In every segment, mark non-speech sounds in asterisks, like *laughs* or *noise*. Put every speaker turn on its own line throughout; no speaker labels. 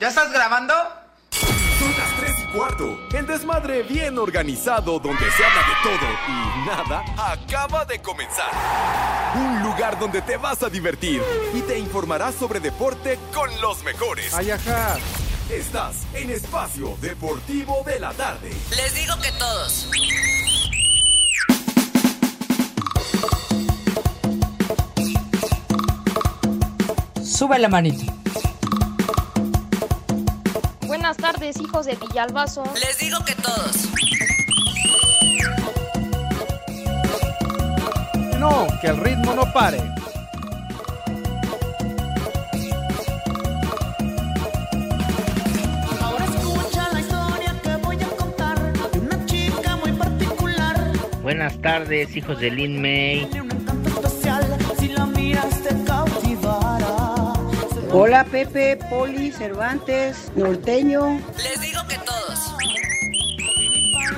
¿Ya estás grabando?
Son las 3 y cuarto. El desmadre bien organizado donde se habla de todo y nada acaba de comenzar. Un lugar donde te vas a divertir y te informarás sobre deporte con los mejores.
Ayajá.
Estás en Espacio Deportivo de la Tarde.
Les digo que todos.
Sube la manita.
Buenas tardes, hijos de Villalbazo.
Les digo que todos.
No, que el ritmo no pare.
Ahora escucha la historia que voy a contar de una chica muy particular.
Buenas tardes, hijos de Lin May.
Tiene un encanto especial, si la miras te cautivará.
Hola Pepe, Poli, Cervantes, Norteño.
Les digo que todos.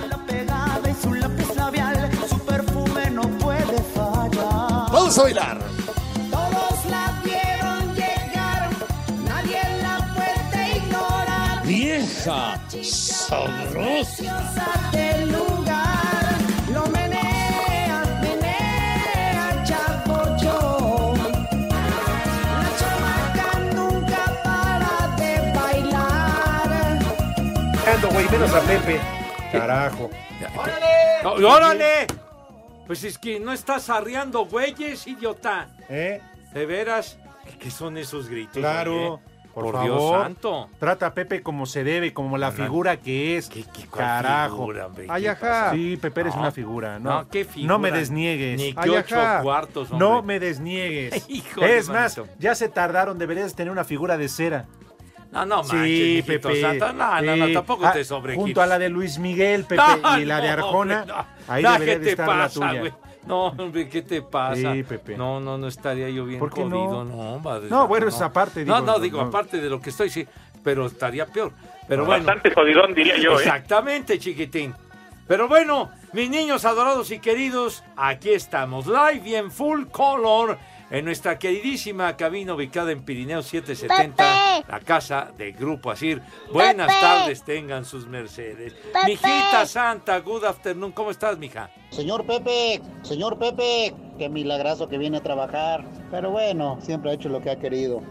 La pegada y su lápiz labial, su perfume no puede fallar.
Vamos a bailar.
Todos la vieron llegar, nadie la puede ignorar.
Vieja. Sabrosa.
Diosa del lugar, lo menea, menea, chapocho. La chamaca nunca para de bailar.
Ando, güey, menos a Pepe. Carajo.
No, ¡Órale! Pues es que no estás arreando, güeyes, idiota.
¿Eh?
De veras, ¿qué- ¿qué son esos gritos?
Claro.
oye?
Por,
Por,
favor.
Dios santo.
Trata a Pepe como se debe, como la
Ajá.
figura que es.
¿Qué- qué- cuál
Carajo.
figura, hombre? ¿Qué
Ayajá.
pasa?
Sí, Pepe eres
No.
una figura, ¿no?
No, qué figura.
No me desniegues.
Ni que
Ayajá.
ocho cuartos, hombre.
Ah, No me desniegues.
*laughs* Híjole,
es más,
manito.
ya se tardaron, deberías tener una figura de cera.
No, no, manches,
sí,
mijito
Pepe.
santo. No, no, no,
Sí.
tampoco
Ah,
te sobregires.
Junto a la de Luis Miguel,
*laughs*
Pepe,
No,
y la de
no,
Arjona,
hombre, no.
ahí
No,
debería
¿qué
de
te
estar
pasa,
la tuya.
güey? No, hombre, ¿qué te pasa?
Sí, Pepe.
No, no, no estaría yo bien
¿Por qué no?
jodido, no, madre.
No, bueno, es aparte,
No,
digo,
no,
no,
digo,
no.
aparte de lo que estoy, sí, pero estaría peor. Pero bueno.
jodidón, diría ¿eh?
Exactamente, chiquitín. Pero bueno, mis niños adorados y queridos, aquí estamos, live y en full color, en nuestra queridísima cabina ubicada en Pirineo 770,
Pepe.
la casa de Grupo Asir. Buenas
Pepe.
tardes, tengan sus mercedes.
Pepe.
Mijita santa, good afternoon, ¿cómo estás, mija?
Señor Pepe, señor Pepe, qué milagrazo que viene a trabajar. Pero bueno, siempre ha hecho lo que ha querido.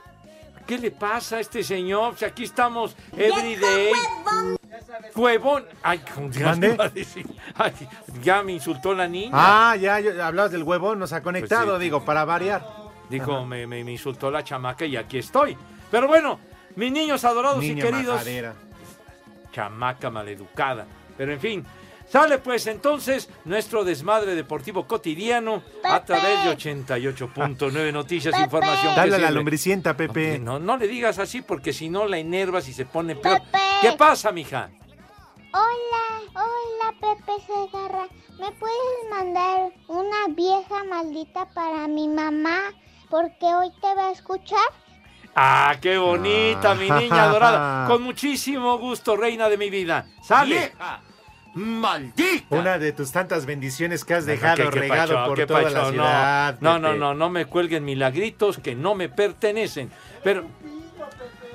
¿Qué le pasa a este señor? Si aquí estamos every day. Huevón. Ay, con- ya, *laughs*
¿Mande?
iba a decir. Ay, ya me insultó la niña.
Ah, ya, ya hablabas del huevón, nos ha conectado,
Pues sí.
digo, para variar.
Dijo, me, me- me insultó la chamaca y aquí estoy. Pero bueno, mis niños adorados
Niña
y queridos.
majadera.
Chamaca maleducada. Pero en fin, sale pues entonces nuestro desmadre deportivo cotidiano a través de 88.9 *laughs* Noticias, información. que
Dale a la
sirve.
lombricienta,
Hombre,
Pepe.
No, no le digas así porque si no la enervas y se pone peor. ¿Qué pasa, mija?
Hola, hola Pepe Segarra. ¿Me puedes mandar una vieja maldita para mi mamá? Porque hoy te va a escuchar.
Ah, qué bonita,
Ah.
mi niña
*laughs*
adorada. Con muchísimo gusto, reina de mi vida. ¡Sale! ¡Maldita!
Una de tus tantas bendiciones que has
No, no,
dejado
qué- qué
regado
pacho,
por
qué
toda
pacho,
la
no.
ciudad.
No, no,
Pepe.
no, no me cuelguen milagritos que no me pertenecen. Pero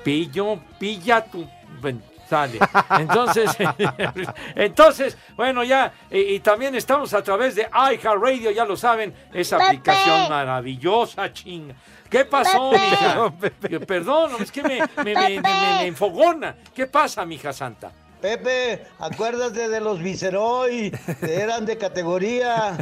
pillo, pilla tu ven, sale. Entonces, *laughs* entonces, bueno, ya y, y también estamos a través de iHeartRadio, ya lo saben, esa
Pepe.
aplicación maravillosa, chinga. ¿Qué pasó,
Pepe.
mija? Yo, Perdón, es que me, me- me- me- me- me enfogona. ¿Qué pasa, mija santa?
Pepe, acuérdate de los *laughs* Viceroy, que eran de categoría.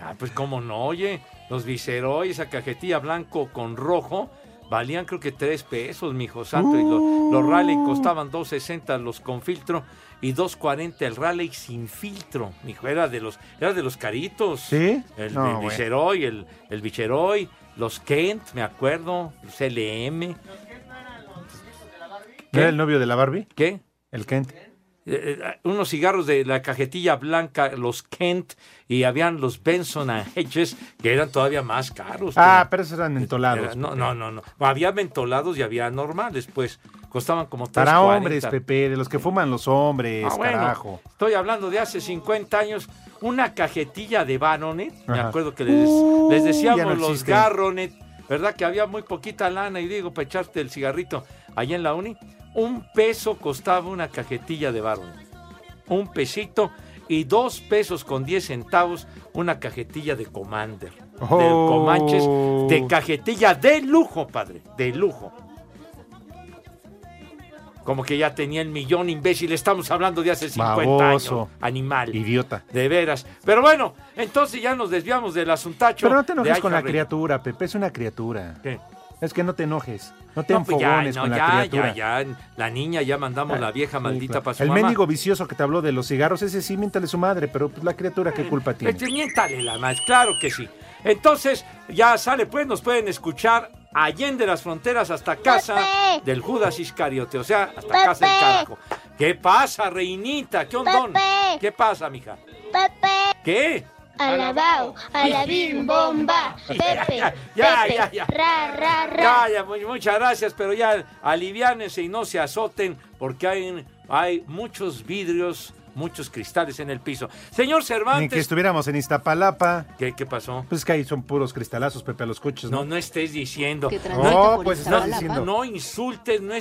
Ah, pues cómo no, oye. Los Viceroy, esa cajetilla blanco con rojo, valían creo que tres pesos, mijo santo. Y lo- los Raleigh
Uh.
costaban 2.60 los con filtro y 2.40 el Raleigh sin filtro, mijo. Era de los, era de los caritos.
¿Sí?
El,
No,
el
güey.
Viceroy, el, el Viceroy, los Kent, me acuerdo, los LM. ¿Qué?
¿Era el novio de la Barbie?
¿Qué?
El Kent.
eh, eh, unos cigarros de la cajetilla blanca, los Kent, y habían los Benson and Hedges, que eran todavía más caros.
Ah, pero esos eran mentolados.
Era- no, no, no, no. Había mentolados y había normales, pues. Costaban como 3.40.
Para hombres, Pepe, de los que fuman los hombres,
Ah, bueno,
carajo.
Estoy hablando de hace 50 años. Una cajetilla de Baronet. Me
Ajá.
acuerdo que les,
Uh,
les
ya
decíamos
no
los
existe.
Garronet. ¿Verdad? Que había muy poquita lana. Y digo, para echarte el cigarrito allá en la uni. Un peso costaba una cajetilla de Baronet. Un pesito. Y dos pesos con 10 centavos una cajetilla de Commander. De
Oh.
Comanches. De cajetilla de lujo, padre. De lujo. Como que ya tenía el millón imbécil. Estamos hablando de hace 50
Baboso.
años. Animal.
Idiota.
De veras. Pero bueno, entonces ya nos desviamos del asuntacho.
Pero no te
de
enojes
Ay,
con la
Harry.
criatura, Pepe, es una criatura.
¿Qué?
Es que no te enojes, no te
No, pues ya,
enfogones
no,
con la
ya,
criatura. Ah,
ya, ya. La niña ya mandamos la vieja maldita
claro.
para su
El
mamá.
mendigo vicioso que te habló de los cigarros, ese sí, miéntale su madre, pero pues la criatura, ¿qué culpa tiene?
Este, miéntale la más, claro que sí. Entonces, ya sale, pues nos pueden escuchar allende las fronteras hasta casa del Judas Iscariote, o sea, hasta casa del carajo. ¿Qué pasa, reinita? ¿Qué ondón? ¿Qué pasa, mija? ¿Qué?
Alabao,
*laughs*
alabim, bomba, Pepe,
Ya,
Pepe,
ya, ya.
ra, ra, ra.
Ya, ya, mu- muchas gracias, pero ya aliviánense y no se azoten porque hay, hay muchos vidrios, muchos cristales en el piso. Señor
Ni que
Cervantes,
estuviéramos en Iztapalapa.
¿qué, qué pasó?
Pues que ahí son puros cristalazos, Pepe, a los coches, ¿no?
No, no estés diciendo.
Que transita
No,
por pues
no,
estás diciendo.
no insultes, no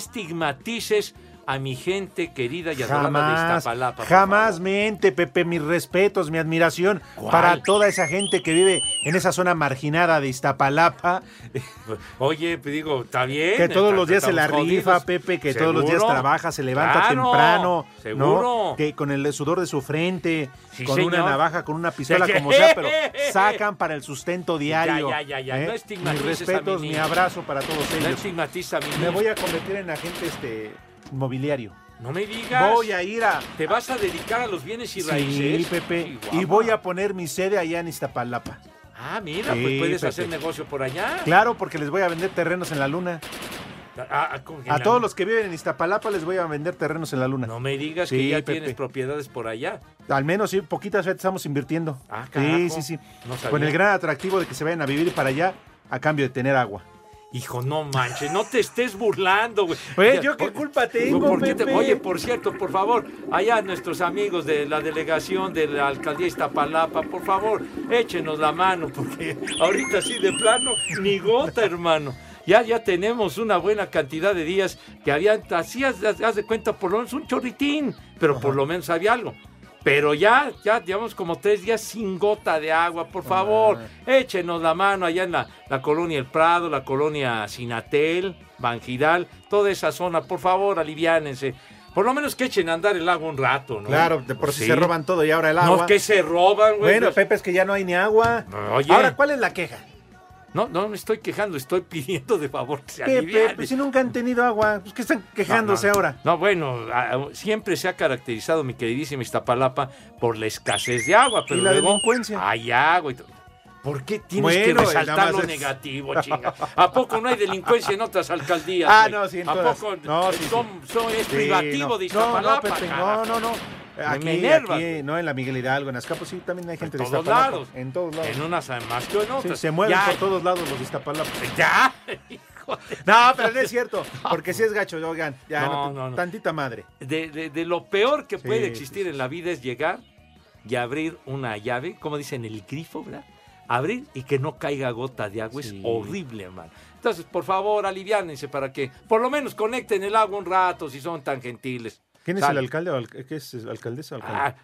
estigmatices a mi gente querida y adorada de
Jamás,
Iztapalapa. por
jamás mente, Pepe, mis respetos, mi admiración
¿Cuál?
para toda esa gente que vive en esa zona marginada de Iztapalapa,
favor. Oye, pues digo, está bien.
que todos
está-
los días se la
estamos
rifa,
jodidos.
Pepe, que todos los días
¿Seguro?
trabaja, se levanta
Claro,
temprano,
Seguro.
¿no? Que con el sudor de su frente,
Sí,
con una
señor.
navaja, con una pistola,
Sí,
como
sí.
sea,
*laughs*
pero sacan para el sustento diario.
Ya, ya, ya, ya,
¿eh?
no
mis
estigmatices a mi
respetos, mi
niño.
abrazo para todos
No
ellos.
estigmatiza a mi
Me
niño.
voy a convertir en agente este inmobiliario.
No me digas.
Voy a ir a
¿Te vas a dedicar a los bienes y raíces?
Sí, Pepe.
Sí, guau.
y voy a poner mi sede allá en Iztapalapa.
Ah, mira,
Sí,
pues puedes
Pepe.
hacer negocio por allá.
Claro, porque les voy a vender terrenos en la luna.
Ah, ah, ¿cómo que
A
la-
todos los que viven en Iztapalapa les voy a vender terrenos en la luna.
No me digas que
Sí,
ya
Pepe.
tienes propiedades por allá.
Al menos sí, poquitas veces estamos invirtiendo.
Ah,
sí,
carajo.
sí, sí.
No sabía.
Con el gran atractivo de que se vayan a vivir para allá a cambio de tener agua.
Hijo, no manches, no te estés burlando, güey.
Güey,
Ya,
¿yo qué
por-
culpa tengo,
¿por qué te-
Pepe?
Oye, por cierto, por favor, allá nuestros amigos de la delegación de la alcaldía Iztapalapa, por favor, échenos la mano, porque ahorita sí de plano, ni gota, hermano. Ya, ya tenemos una buena cantidad de días que habían, así haz, haz- haz de cuenta, por lo menos un chorritín, pero por lo menos había algo. Pero ya, ya llevamos como tres días sin gota de agua, por favor.
Ah.
Échenos la mano allá en la, la colonia El Prado, la colonia Sinatel, Banjidal, toda esa zona, por favor, aliviánense. Por lo menos que echen a andar el agua un rato, ¿no?
Claro, de por si
Sí.
se roban todo y ahora el agua.
No, que se roban, güey.
Bueno, Pepe, es que ya no hay ni agua.
Oye.
Ahora, ¿cuál es la queja?
No, no me estoy quejando, estoy pidiendo de favor que se
Pepe,
alivianen.
pues si nunca han tenido agua, pues que están quejándose
No, no.
ahora.
No, bueno, ah, siempre se ha caracterizado mi queridísima Iztapalapa por la escasez de agua, pero
la
luego
delincuencia.
hay agua y todo. ¿Por qué tienes
Bueno,
que
nada
resaltar
más
lo
es-
negativo, chinga? ¿A poco no hay delincuencia en otras alcaldías?
Ah,
güey?
no, sí, en
¿A
todas.
poco
No, sí, sí.
son, son- es
Sí,
privativo
no.
de
No, no,
Iztapalapa?
Pepe,
carajo?
no, no, no.
Me-
Aquí,
me enerva.
aquí, no, en la Miguel Hidalgo, en Azcapo, sí, también hay gente
En
de
todos
Iztapalapa.
lados.
En todos lados.
En unas más que en
Sí,
otras.
se mueven
Ya,
por todos lados los de Iztapalapa.
Ya, *laughs* hijo de-
No, pero no
*laughs*
es cierto, porque si es gacho, oigan, ya,
No,
no,
no, no.
tantita madre.
de, de- de lo peor que
Sí,
puede
sí,
existir en la vida es llegar y abrir una llave, como dicen, el grifo, ¿verdad? Abrir y que no caiga gota de agua es horrible, hermano. Entonces, por favor, aliviánense para que por lo menos conecten el agua un rato si son tan gentiles.
¿Quién es
Sale.
el alcalde o alca- qué es el alcaldesa? o
Ah,
alcalde?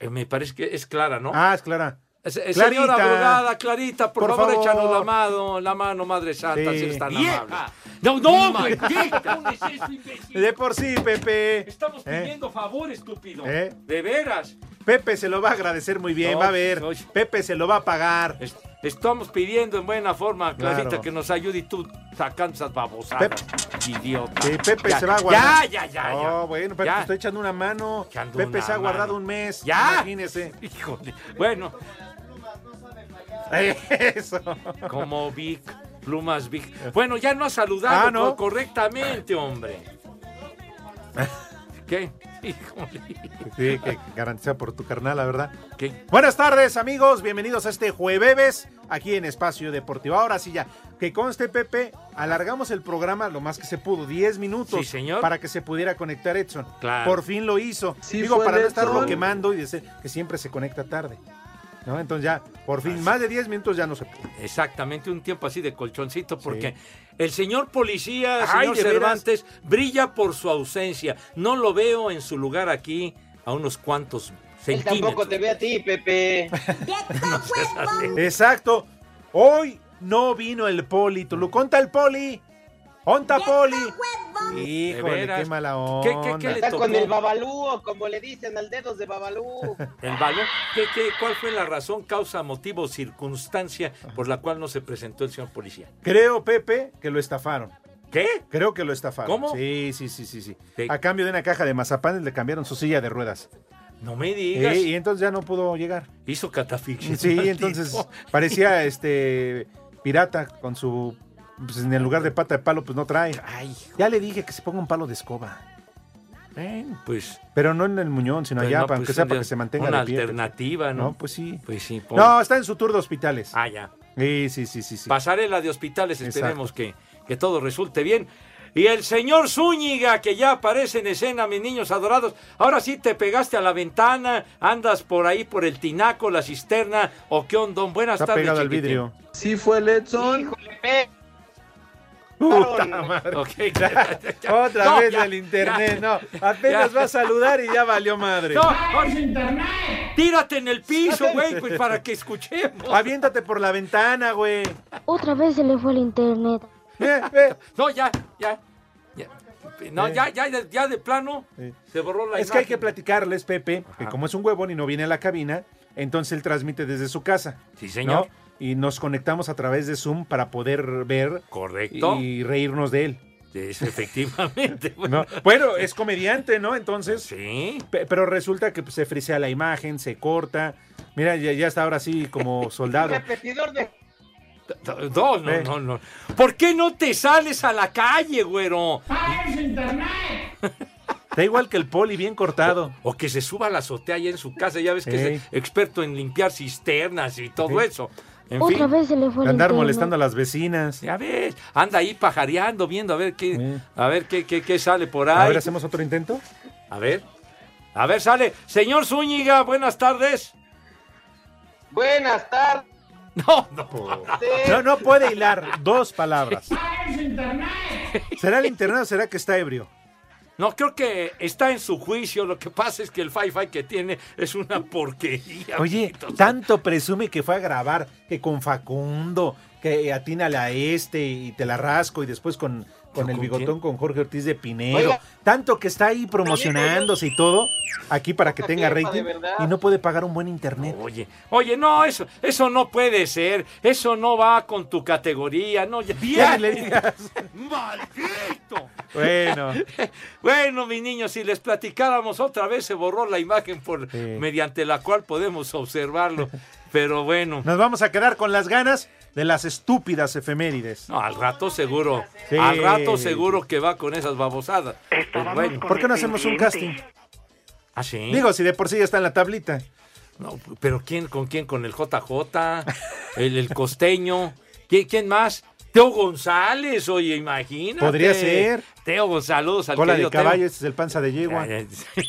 eh, me parece que es Clara, ¿no?
Ah, es Clara.
Es- eh,
Clarita.
Señora abogada, Clarita, por,
Por
favor,
favor.
échanos la mano, la mano, Madre Santa,
Sí.
si eres tan
¡Vieja!
amable. No, no, güey, ¿qué? *laughs* ¿Dónde es eso, imbécil?
De por sí, Pepe.
Estamos
¿Eh?
pidiendo favor, estúpido.
¿Eh?
De veras.
Pepe se lo va a agradecer muy bien,
No,
va a ver.
soy-
Pepe se lo va a pagar.
Es- Estamos pidiendo en buena forma a Clarita
Claro.
que nos ayude y tú sacando esas babosadas. Idiota.
Sí, Pepe
Ya,
se va a guardar.
Ya, ya, ya.
No,
ya.
bueno, Pepe,
Ya.
te estoy echando una mano.
Echando
Pepe
una
se ha guardado
mano.
un mes.
Ya.
Imagínese.
Híjole. Bueno,
*laughs* Eso. Eh.
como Vic, plumas Vic. Bueno, ya no ha saludado
Ah, ¿no? *laughs*
co- correctamente, hombre. ¿Qué? *laughs*
Sí, que garantiza por tu carnal, la verdad.
¿Qué?
Buenas tardes, amigos. Bienvenidos a este jueves aquí en Espacio Deportivo. Ahora sí, ya. Que conste, Pepe, alargamos el programa lo más que se pudo, 10 minutos.
Sí, señor.
Para que se pudiera conectar Edson.
Claro.
Por fin lo hizo.
Sí
Digo,
fue
para no
Edson.
estarlo quemando y decir que siempre se conecta tarde. ¿No? Entonces ya, por fin, más de 10 minutos ya no se pudo.
Exactamente, un tiempo así de colchoncito, porque el señor policía,
Ay,
señor
de veras.
Cervantes, brilla por su ausencia. No lo veo en su lugar aquí a unos cuantos
Él
centímetros.
tampoco te ve a ti, Pepe.
Exacto. Hoy no vino el Poli. Tulu, conta el Poli. Conta Poli. Híjole, qué
veras.
mala
¿Qué- qué- *laughs*
onda.
qué le
Está
tocó?
con el babalú, o como le dicen al dedos de babalú.
¿El balón? ¿Qué, qué, cuál fue la razón, causa, motivo, circunstancia por la cual no se presentó el señor policía?
*laughs* Creo, Pepe, que lo estafaron.
¿Qué?
Creo que lo estafaron.
¿Cómo?
Sí, sí, sí, sí, sí. A cambio de una caja de mazapanes le cambiaron su silla de ruedas.
No me digas.
Eh, y entonces ya no pudo llegar.
Hizo catafixion.
Sí,
maldito.
entonces parecía este pirata con su pues, en el lugar de pata de palo, pues no trae. ya le dije que se ponga un palo de escoba.
Ven, pues.
Pero no en el muñón, sino
pues
allá,
no,
para
pues
que sea
un
para
día-
que se mantenga
Una
de pie.
alternativa, ¿no?
No, pues sí.
Pues sí. pon-
No, está en su tour de hospitales.
Ah, ya.
Sí, sí, sí, sí, sí.
Pasarela de hospitales, esperemos que, que todo resulte bien. Y el señor Zúñiga, que ya aparece en escena, mis niños adorados. Ahora sí te pegaste a la ventana, andas por ahí por el tinaco, la cisterna, o qué ondón. Buenas
Está
tardes.
pegado al
chiquitín.
vidrio.
Sí fue Letson. Híjole, Pepe.
Puta madre.
*laughs* Ok.
*laughs*
*laughs*
Otra
No,
vez
ya,
el internet, no. Apenas
Ya.
va a saludar y ya valió madre.
No, Jorge, tírate en el
*laughs*
piso, güey, pues para que escuchemos.
Aviéntate por la ventana, güey.
Otra vez se le fue el internet.
No, ya, ya. ya. No, ya, ya, ya, ya de plano se borró la
Eh. Es que hay que platicarles, Pepe, que como es un huevón y no viene a la cabina, entonces él transmite desde su casa.
Sí, señor.
¿no? Y nos conectamos a través de Zoom para poder ver
Correcto.
y reírnos de él.
Es efectivamente.
*laughs* ¿no? pues, Bueno, es comediante, ¿no? Entonces.
*laughs* Sí.
Pero resulta que pues, se frisea la imagen, se corta. Mira, ya, ya está ahora sí
*laughs*
como soldado.
Repetidor de.
No,
eh.
no, no, no. ¿Por qué no te sales a la calle, güero?
Está igual que el poli, bien cortado.
O que se suba a la azotea allá en su casa, ya ves que
Ey.
es experto en limpiar cisternas y todo eso. En
Otra
fin.
vez se le fue el
Andar
internet.
molestando a las vecinas.
Ya ves, anda ahí pajareando, viendo a ver qué, a ver qué, qué, qué sale por ahí.
A ver, ¿hacemos otro intento?
A ver. A ver, sale. Señor Zúñiga, buenas tardes.
Buenas tardes.
No, no.
No, no puede hilar dos palabras. ¿Será el internet o será que está ebrio?
No, creo que está en su juicio. Lo que pasa es que el Fi-Fi que tiene es una porquería.
Oye, tanto presume que fue a grabar que con Facundo, que atínale a este y te la rasco y después con, con el bigotón con Jorge Ortiz de Pinedo.
Oiga.
Tanto que está ahí promocionándose y todo aquí para que
Una
tenga
jefa de
rating
verdad.
y no puede pagar un buen internet.
Oye, oye, no, eso, eso no puede ser. Eso no va con tu categoría. No, ya.
Ya ni le digas.
¡Maldito!
Bueno.
*laughs* Bueno, mis niños, si les platicáramos otra vez, se borró la imagen por
Sí.
mediante la cual podemos
*laughs*
observarlo. Pero bueno.
Nos vamos a quedar con las ganas de las estúpidas efemérides.
No, al rato seguro.
Sí.
Al rato seguro que va con esas babosadas. Pues bueno.
¿Por qué no hacemos un casting?
Ah, sí.
Digo, si de por sí ya está en la tablita.
No, pero ¿quién con quién? ¿Con el JJ? ¿El, el costeño? ¿Quién, quién más? Teo González, oye, imagínate.
Podría ser.
Teo González, saludos al
Cola de
querido Teo.
caballo, este es el panza de yegua.
Ya, ya. *laughs*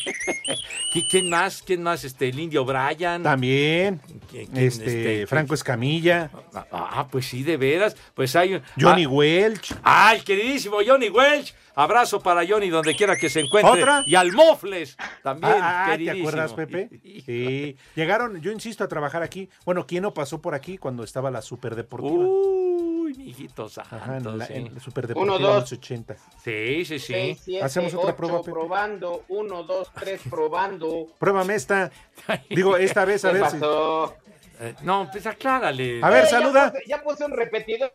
¿Qui- ¿Quién más? ¿Quién más? Este, el indio Brian.
También.
¿Qui- quién,
Este, Franco Escamilla.
Ah, pues sí, de veras. Pues hay un.
Johnny
ah,
Welch.
Ah, el queridísimo Johnny Welch. Abrazo para Johnny donde quiera que se encuentre.
¿Otra?
Y al Mofles también,
Ah, ah, ¿te
queridísimo.
acuerdas, Pepe?
*laughs*
Sí. Llegaron, yo insisto, a trabajar aquí. Bueno, ¿quién no pasó por aquí cuando estaba la Superdeportiva?
Uy, mijito santo.
Ajá, en la,
sí.
en la
Uno,
Superdeportiva
dos.
de los 80.
Sí, sí, sí.
Seis, siete,
Hacemos otra
ocho,
prueba, Pepe.
probando. Uno, dos, tres, probando.
Pruébame esta. Digo, esta vez, a
¿Qué
ver si.
pasó?
Eh, no, pues aclárale.
A ver,
Eh, ya
saluda.
puse- Ya puse un repetidor.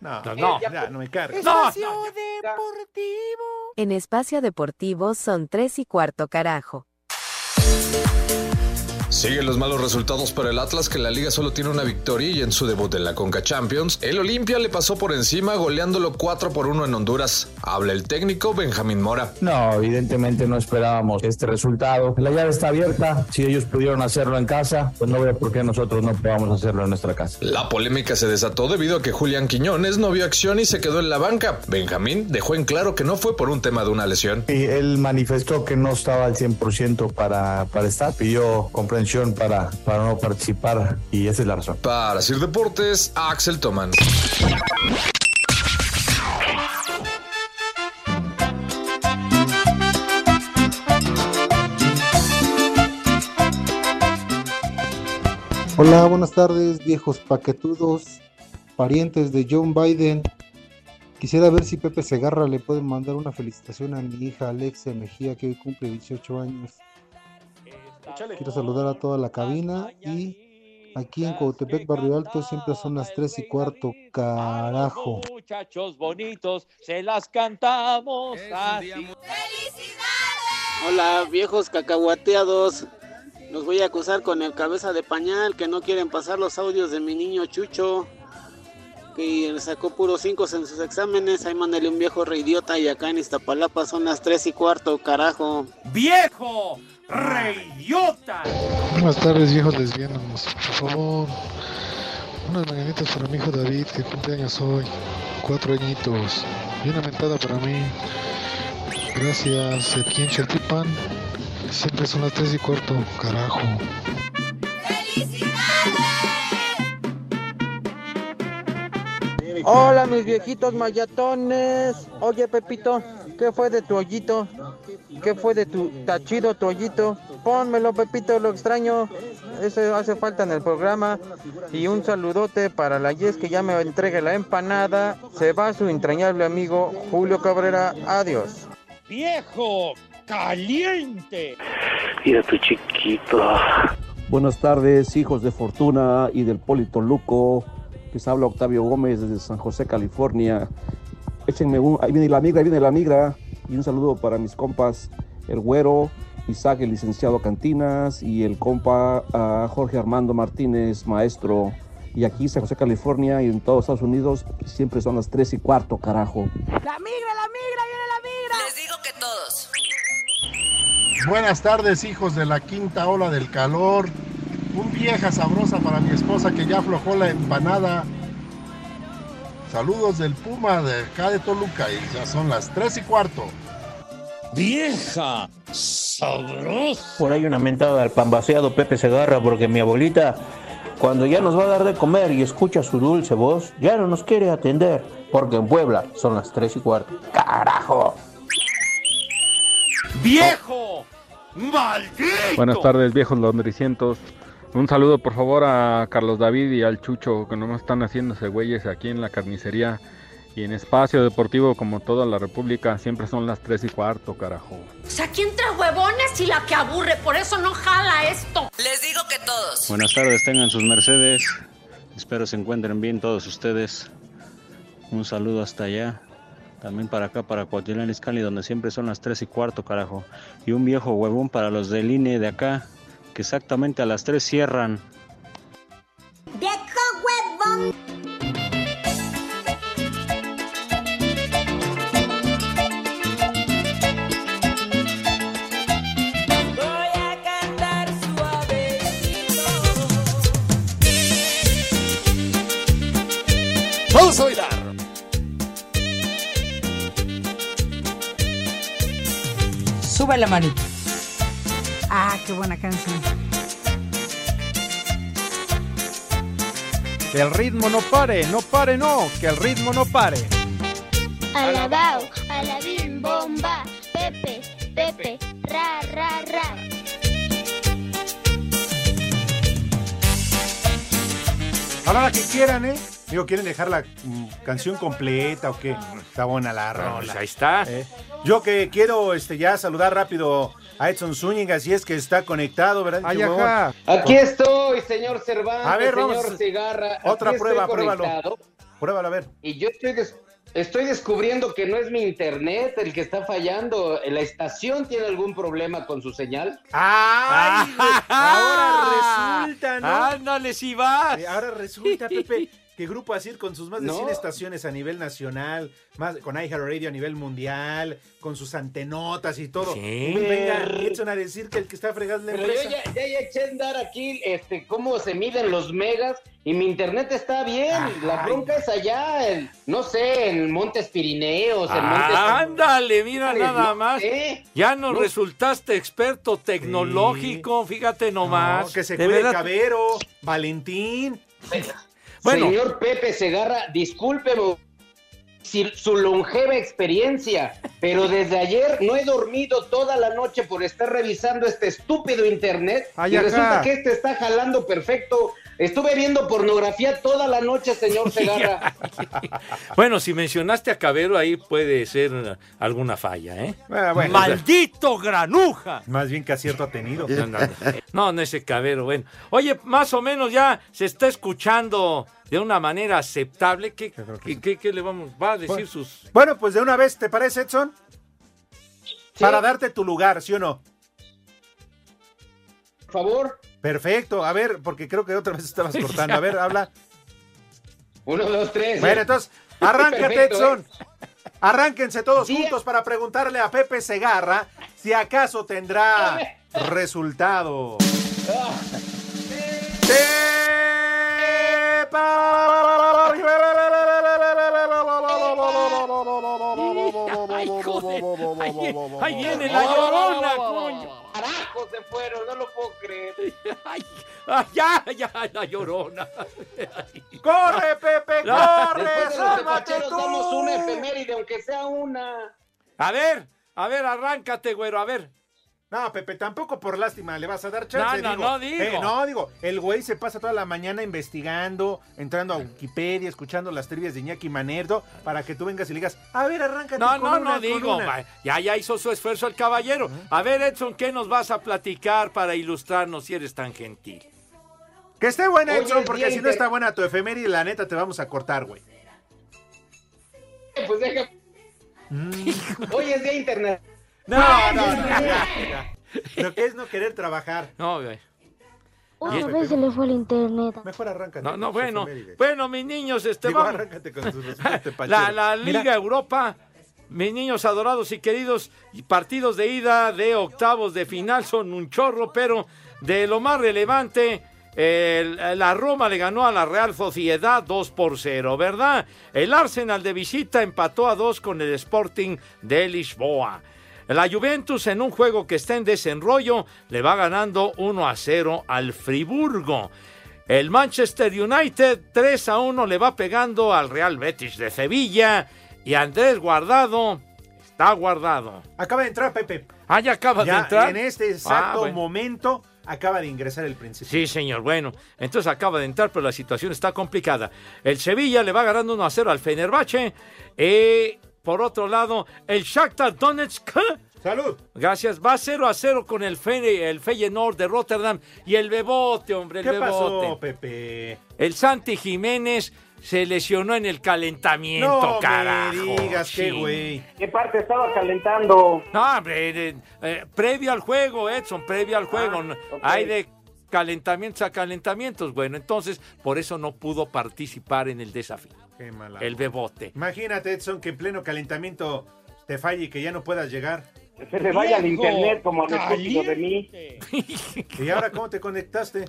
No,
No,
no,
no.
ya, no me cargues.
Espacio
Deportivo.
En Espacio Deportivo son tres y cuarto carajo.
Siguen los malos resultados para el Atlas que en la liga solo tiene una victoria y en su debut en la Conca Champions, el Olimpia le pasó por encima goleándolo 4 por 1 en Honduras. Habla el técnico Benjamín Mora.
No, evidentemente no esperábamos este resultado. La llave está abierta. Si ellos pudieron hacerlo en casa, pues no veo por qué nosotros no podamos hacerlo en este- nuestra casa.
La polémica se desató debido a que Julián Quiñones no vio acción y se quedó en la banca. Benjamín dejó en claro que no fue por un tema de una lesión.
Y él manifestó que no estaba al 100% para, para estar. Pidió comprensión para, para no participar y esa es la razón.
Para hacer deportes, Axel Toman.
Hola, buenas tardes, viejos paquetudos, parientes de John Biden. Quisiera ver si Pepe Segarra le puede mandar una felicitación a mi hija Alexia Mejía, que hoy cumple 18 años. Quiero saludar a toda la cabina y aquí en Coatepec, Barrio Alto, siempre son las 3 y cuarto, carajo.
Muchachos bonitos, se las cantamos así.
¡Felicidades! Hola, viejos cacahuateados. Los voy a acusar con el cabeza de pañal que no quieren pasar los audios de mi niño Chucho, que le sacó puros 5 en sus exámenes. Ahí mándale un viejo reidiota y acá en Iztapalapa son las 3 y cuarto, carajo.
¡Viejo! ¡Reyota!
Buenas tardes, viejos lesbianos. Por favor, unas mañanitas para mi hijo David, que cumpleaños hoy. Cuatro añitos. Y una mentada para mí. Gracias, aquí en Chaltipan. Siempre son las tres y cuarto, carajo.
¡Felicidades! Hola mis viejitos mayatones. Oye Pepito, ¿qué fue de tu hoyito? ¿Qué fue de tu tachido toallito? Pónmelo, Pepito, lo extraño. Eso hace falta en el programa. Y un saludote para la Yes que ya me entregue la empanada. Se va su entrañable amigo Julio Cabrera. Adiós.
¡Viejo! ¡Caliente!
Mira tu chiquito.
Buenas tardes, hijos de Fortuna y del Polito Luco. Les habla Octavio Gómez desde San José, California. Échenme un. Ahí viene la migra, ahí viene la migra y un saludo para mis compas el güero, Isaac el licenciado Cantinas y el compa uh, Jorge Armando Martínez, maestro. Y aquí San José, California y en todos Estados Unidos siempre son las 3 y cuarto, carajo.
¡La migra, la migra, viene la migra! Les digo que todos.
Buenas tardes, hijos de la quinta ola del calor. Un vieja sabrosa para mi esposa que ya aflojó la empanada. Saludos del Puma de acá de Toluca y ya son las 3 y cuarto.
¡Vieja! ¡Sabrosa!
Por ahí una mentada al pan vaciado Pepe Segarra porque mi abuelita, cuando ya nos va a dar de comer y escucha su dulce voz, ya no nos quiere atender porque en Puebla son las 3 y cuarto. ¡Carajo!
¡Viejo! ¡Maldito!
Buenas tardes, viejos londricientos. Un saludo por favor a Carlos David y al Chucho que nomás están haciéndose güeyes aquí en la carnicería y en espacio deportivo como toda la república siempre son las 3 y cuarto, carajo.
O sea, ¿quién trae huevones y la que aburre? Por eso no jala esto.
Les digo que todos.
Buenas tardes, tengan sus mercedes. Espero se encuentren bien todos ustedes. Un saludo hasta allá. También para acá, para Coatilán Iscali, donde siempre son las 3 y cuarto, carajo. Y un viejo huevón para los del INE de acá, que exactamente a las 3 cierran.
huevón!
Vamos a bailar.
Sube la manita.
Ah, qué buena canción.
Que el ritmo no pare, no pare, no, que el ritmo no pare.
Alabao, alabim, bomba, Pepe, Pepe, ra, ra, ra.
A la hora que quieran, ¿eh? Digo, ¿quieren dejar la mm, canción completa o qué? Está buena la
Bueno,
rola.
pues ahí está.
¿eh? Yo que quiero este, ya saludar rápido a Edson Zúñiga, si es que está conectado, ¿verdad?
Ay,
Qué huevón.
ajá.
Aquí estoy, señor Cervantes,
A ver,
señor
vamos.
Cigarra.
Otra
Aquí estoy
prueba, pruébalo.
conectado
Pruébalo, a ver.
Y yo estoy des-
Estoy descubriendo que no es mi internet el que está fallando. La estación tiene algún problema con su señal.
¡Ay! güey! *laughs*
Ahora resulta, ¿no?
¡Ándale, si vas!
Eh, Ahora resulta, Pepe, que Grupo Asir con sus más de 100 estaciones a nivel nacional, más con iHeartRadio a nivel mundial, con sus antenotas y todo.
Sí.
Venga Edson a decir que el que está fregando la
Pero
empresa.
yo ya, ya, ya eché a andar aquí este, cómo se miden los megas y mi internet está bien. La bronca es allá, en, no sé, en Montes Pirineos, en Montes...
Ah, Ándale, mira
Ándale,
nada
no
más.
sé.
Ya nos
No.
resultaste experto tecnológico, fíjate nomás.
No, que se
De
cuide
verdad.
Cabero, Valentín.
Bueno.
Señor Pepe Segarra, discúlpeme si- su longeva experiencia, pero desde ayer no he dormido toda la noche por estar revisando este estúpido internet
Ay,
y
ajá.
resulta que este está jalando perfecto. Estuve viendo pornografía toda la noche, señor
*laughs*
Segarra.
Bueno, si mencionaste a Cabero, ahí puede ser eh, alguna falla, ¿eh?
Ah, bueno.
¡Maldito granuja!
Más bien que acierto ha tenido.
*laughs* No, no, no. No, no ese Cabero, bueno. Oye, más o menos ya se está escuchando de una manera aceptable. ¿Qué, qué, qué- qué le vamos va a decir sus...?
Bueno, pues de una vez, ¿te parece, Edson? Para darte tu lugar, ¿sí o no?
Por favor.
Perfecto, a ver, porque creo que otra
*laughs*
vez estabas cortando. A ver, habla.
Uno, dos, tres.
Bueno, entonces, arráncate,
*laughs* Perfecto, ¿eh?
Edson. Arránquense todos juntos para preguntarle a Pepe Segarra si acaso tendrá resultado.
¡Ahí viene la llorona, coño!
Carajo, se fueron, no lo puedo creer.
¡Ay, ay, ya, ya, la llorona!
¡Corre, Pepe,
Después de los tepacheros damos una efeméride, aunque sea una.
A ver, a ver, arráncate, güero, a ver.
No, Pepe, tampoco por lástima le vas a dar chance.
No, no, no
digo.
digo.
Eh, no, digo, el güey se pasa toda la mañana investigando, entrando a Wikipedia, escuchando las trivias de Iñaki Manerdo, para que tú vengas y le digas, a ver, arráncate
No,
con
no,
una,
no
con
digo.
una".
va, Ya, ya hizo su esfuerzo el caballero. A ver, Edson, ¿qué nos vas a platicar para ilustrarnos si eres tan gentil?
Que esté buena,
Hoy
Edson,
es
porque
día
si no
inter-
está buena tu efeméride, la neta te vamos a cortar, güey.
Eh, Pues deja. Hoy es día internet.
No, no, no, no, ya, ya. Lo que es no querer trabajar.
No, güey.
Otra vez se le fue el internet.
Mejor arráncate.
No, no,
con
bueno.
su efeméride.
Bueno, mis niños, este
Digo,
vamos.
arráncate con
*laughs*
sus respuestas,
La,
Pachero.
la
Mira,
Liga Europa, mis niños adorados y queridos, y partidos de ida de octavos de final son un chorro, pero de lo más relevante, el- la Roma le ganó a la Real Sociedad 2 por 0, ¿verdad? El Arsenal de visita empató a 2 con el Sporting de Lisboa. La Juventus en un juego que está en desenrollo le va ganando 1 a 0 al Friburgo. El Manchester United 3 a 1 le va pegando al Real Betis de Sevilla y Andrés Guardado está guardado.
Acaba de entrar, Pepe.
Ah, ya acaba
Ya,
de entrar.
En este
Ah,
exacto
bueno.
momento acaba de ingresar el príncipe.
Sí, señor. Bueno, entonces acaba de entrar, pero la situación está complicada. El Sevilla le va ganando 1 a 0 al Fenerbahce. Eh, por otro lado, el Shakhtar Donetsk. ¿eh?
Salud.
Gracias. Va 0 a 0 con el, Fene- el Feyenoord de Rotterdam. Y el Bebote, hombre, el
¿Qué
Bebote.
pasó, Pepe?
El Santi Jiménez se lesionó en el calentamiento,
No me
carajo.
digas,
Sí.
qué güey.
¿Qué parte estaba calentando?
No, hombre, eh, eh, previo al juego, Edson, previo al juego.
Ah,
Hay de calentamientos a calentamientos. Bueno, entonces, por eso no pudo participar en el desafío.
Qué mala.
El bebote.
Imagínate, Edson, que en pleno calentamiento te falle y que ya no puedas llegar.
Se le vaya al internet como al estúpido de mí.
¿Y ahora cómo te conectaste?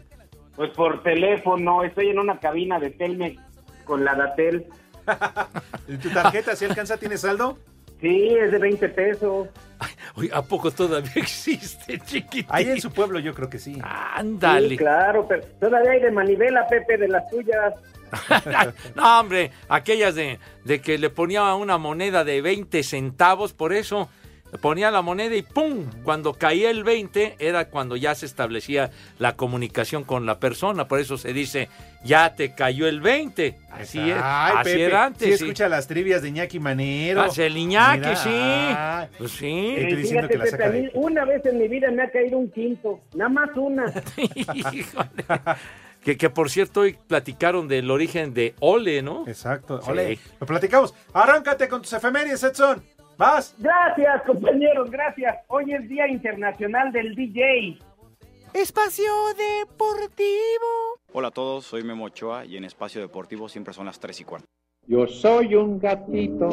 Pues por teléfono, estoy en una cabina de Telmex con la Datel.
¿Tu tarjeta, si alcanza, tiene saldo?
Sí, es de 20 pesos.
Oye, ¿A poco todavía *laughs* existe, chiquitín?
Ahí en su pueblo yo creo que sí.
Ándale.
Sí, claro, pero todavía hay de manivela, Pepe, de las tuyas.
*laughs* No, hombre, aquellas de, de que le ponía una moneda de 20 centavos, por eso le ponía la moneda y ¡pum! Cuando caía el 20 era cuando ya se establecía la comunicación con la persona, por eso se dice, ya te cayó el 20. Así es,
Ay,
así
Pepe,
era antes.
Sí,
sí.
escucha las trivias de Iñaki Manero.
Ah, el Iñaki,
Mira,
sí.
ay.
Pues sí.
Estoy
Eh, fíjate,
diciendo que la
Pepe,
saca
a mí
de...
*laughs*
una vez en mi vida me ha caído un quinto, nada más una.
Que, que por cierto, hoy platicaron del origen de Ole, ¿no?
Exacto, Ole. Lo platicamos. Arráncate con tus efemérides, Edson. Vas.
Gracias, compañeros, gracias. Hoy es Día Internacional del DJ.
Espacio Deportivo.
Hola a todos, soy Memo Ochoa y en Espacio Deportivo siempre son las 3 y cuarto.
Yo soy un gatito.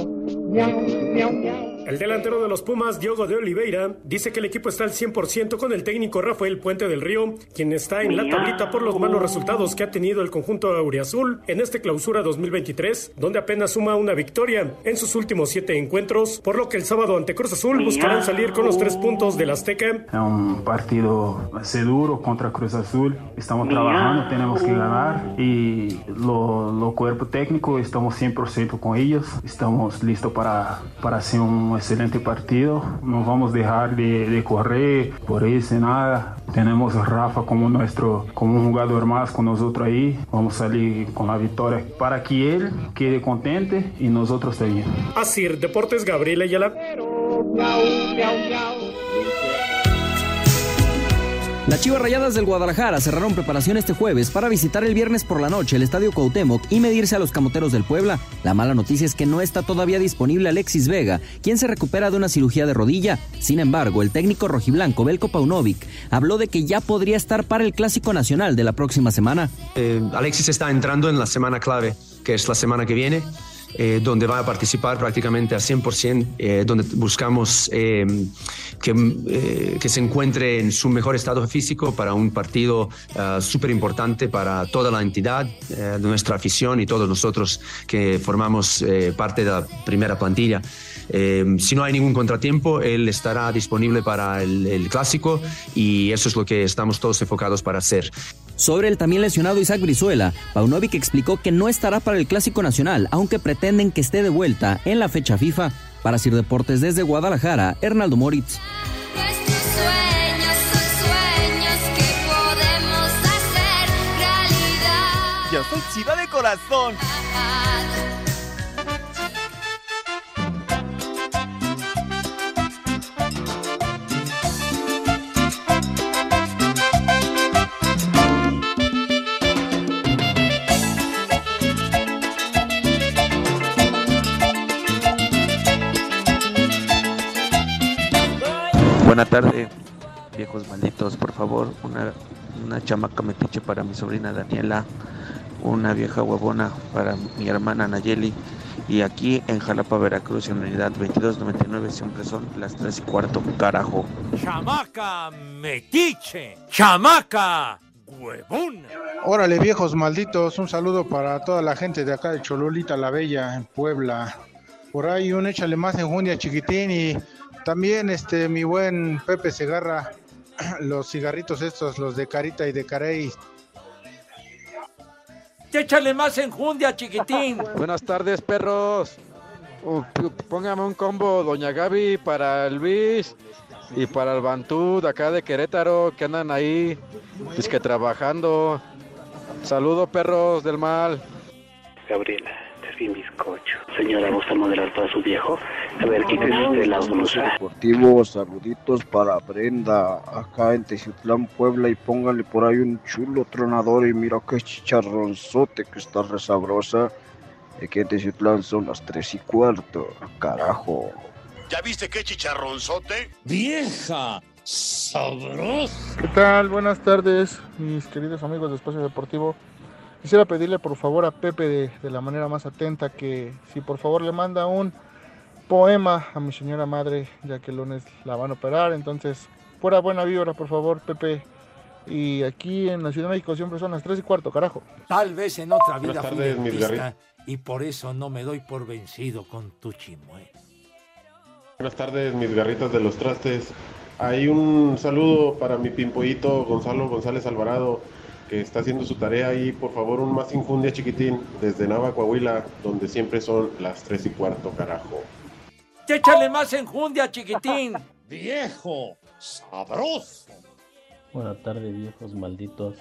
Miau, miau, miau.
El delantero de los Pumas, Diogo de Oliveira, dice que el equipo está al 100% con el técnico Rafael Puente del Río, quien está en la tablita por los malos resultados que ha tenido el conjunto auriazul en este clausura 2023, donde apenas suma una victoria en sus últimos siete encuentros, por lo que el sábado ante Cruz Azul buscarán salir con los tres puntos del Azteca.
Es un partido ser duro contra Cruz Azul. Estamos trabajando, tenemos que ganar y lo, lo cuerpo técnico estamos 100% con ellos. Estamos listos para, para hacer un excelente partido. No vamos a dejar de, de correr por eso, nada. Tenemos a Rafa como, nuestro, como un jugador más con nosotros ahí. Vamos a salir con la victoria para que él quede contento y nosotros también.
Así, Deportes Gabriela Ayala.
Las Chivas Rayadas del Guadalajara cerraron preparación este jueves para visitar el viernes por la noche el Estadio Cuauhtémoc y medirse a los Camoteros del Puebla. La mala noticia es que no está todavía disponible Alexis Vega, quien se recupera de una cirugía de rodilla. Sin embargo, el técnico rojiblanco Belko Paunovic habló de que ya podría estar para el Clásico Nacional de la próxima semana.
Eh, Alexis está entrando en la semana clave, que es la semana que viene. Eh, donde va a participar prácticamente al 100%, eh, donde buscamos eh, que, que, se encuentre en su mejor estado físico para un partido uh, súper importante para toda la entidad, de nuestra afición y todos nosotros que formamos eh, parte de la primera plantilla. Eh, si no hay ningún contratiempo, él estará disponible para el, el clásico y eso es lo que estamos todos enfocados para hacer.
Sobre el también lesionado Isaac Brizuela, Paunovic explicó que no estará para el Clásico Nacional, aunque pretenden que esté de vuelta en la fecha FIFA. Para Sir Deportes desde Guadalajara, Hernaldo Moritz.
Yo soy chiva de corazón.
Buena tarde, viejos malditos. Por favor, una, una chamaca metiche para mi sobrina Daniela, una vieja huevona para mi hermana Nayeli. Y aquí en Jalapa, Veracruz, en unidad 2299, siempre son las 3 y cuarto, carajo.
¡Chamaca metiche! ¡Chamaca huevona!
Órale, viejos malditos, un saludo para toda la gente de acá de Chololita la Bella, en Puebla. Por ahí un échale más enjundia chiquitín y también este mi buen Pepe Segarra, los cigarritos estos, los de Carita y de Carey.
Échale más enjundia, chiquitín.
*laughs* Buenas tardes, perros. Uh, póngame un combo, doña Gaby, para Luis y para el Bantú de acá de Querétaro, que andan ahí, es que trabajando. Saludos, perros del mal.
Gabriela, y bizcocho. Señora, ¿gusta moderar para su viejo? A ver, quítese usted la blusa.
Deportivos, saluditos para Brenda, acá en Teciutlán, Puebla, y póngale por ahí un chulo tronador y mira qué chicharronzote que está resabrosa. Aquí en Teciutlán son las tres y cuarto, carajo.
¿Ya viste qué chicharronzote?
¡Vieja! ¡Sabrosa!
¿Qué tal? Buenas tardes, mis queridos amigos de Espacio Deportivo. Quisiera pedirle por favor a Pepe de, de, la manera más atenta que si por favor le manda un poema a mi señora madre, ya que el lunes la van a operar. Entonces, fuera buena vibra, por favor, Pepe. Y aquí en la Ciudad de México siempre son las 3 y cuarto, carajo.
Tal vez en otra vida tardes, fui dentista, y por eso no me doy por vencido con tu chimuelo.
Buenas tardes, mis garritas de los trastes. Hay un saludo para mi pimpollito Gonzalo González Alvarado que está haciendo su tarea y por favor un más infundia chiquitín desde Nava, Coahuila, donde siempre son las 3 y cuarto, carajo.
Échale más enjundia, chiquitín.
Viejo, sabroso.
Buenas tardes, viejos malditos.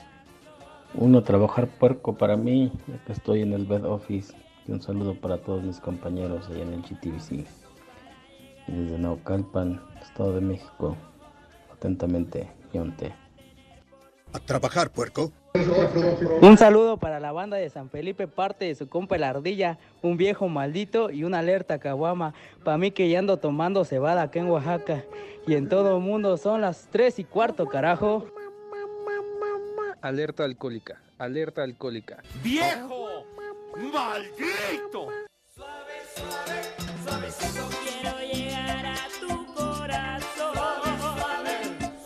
Uno trabajar puerco para mí, ya que estoy en el bed office. Y un saludo para todos mis compañeros allá en el GTVC. Y desde Naucalpan, Estado de México. Atentamente, Yonte.
A trabajar, puerco.
Un saludo para la banda de San Felipe, parte de su compa La Ardilla, un viejo maldito y una alerta caguama. Para mí que ya ando tomando cebada aquí en Oaxaca y en todo el mundo son las 3 y cuarto, carajo.
Alerta alcohólica, alerta alcohólica.
*laughs* ¡Viejo! ¡Maldito!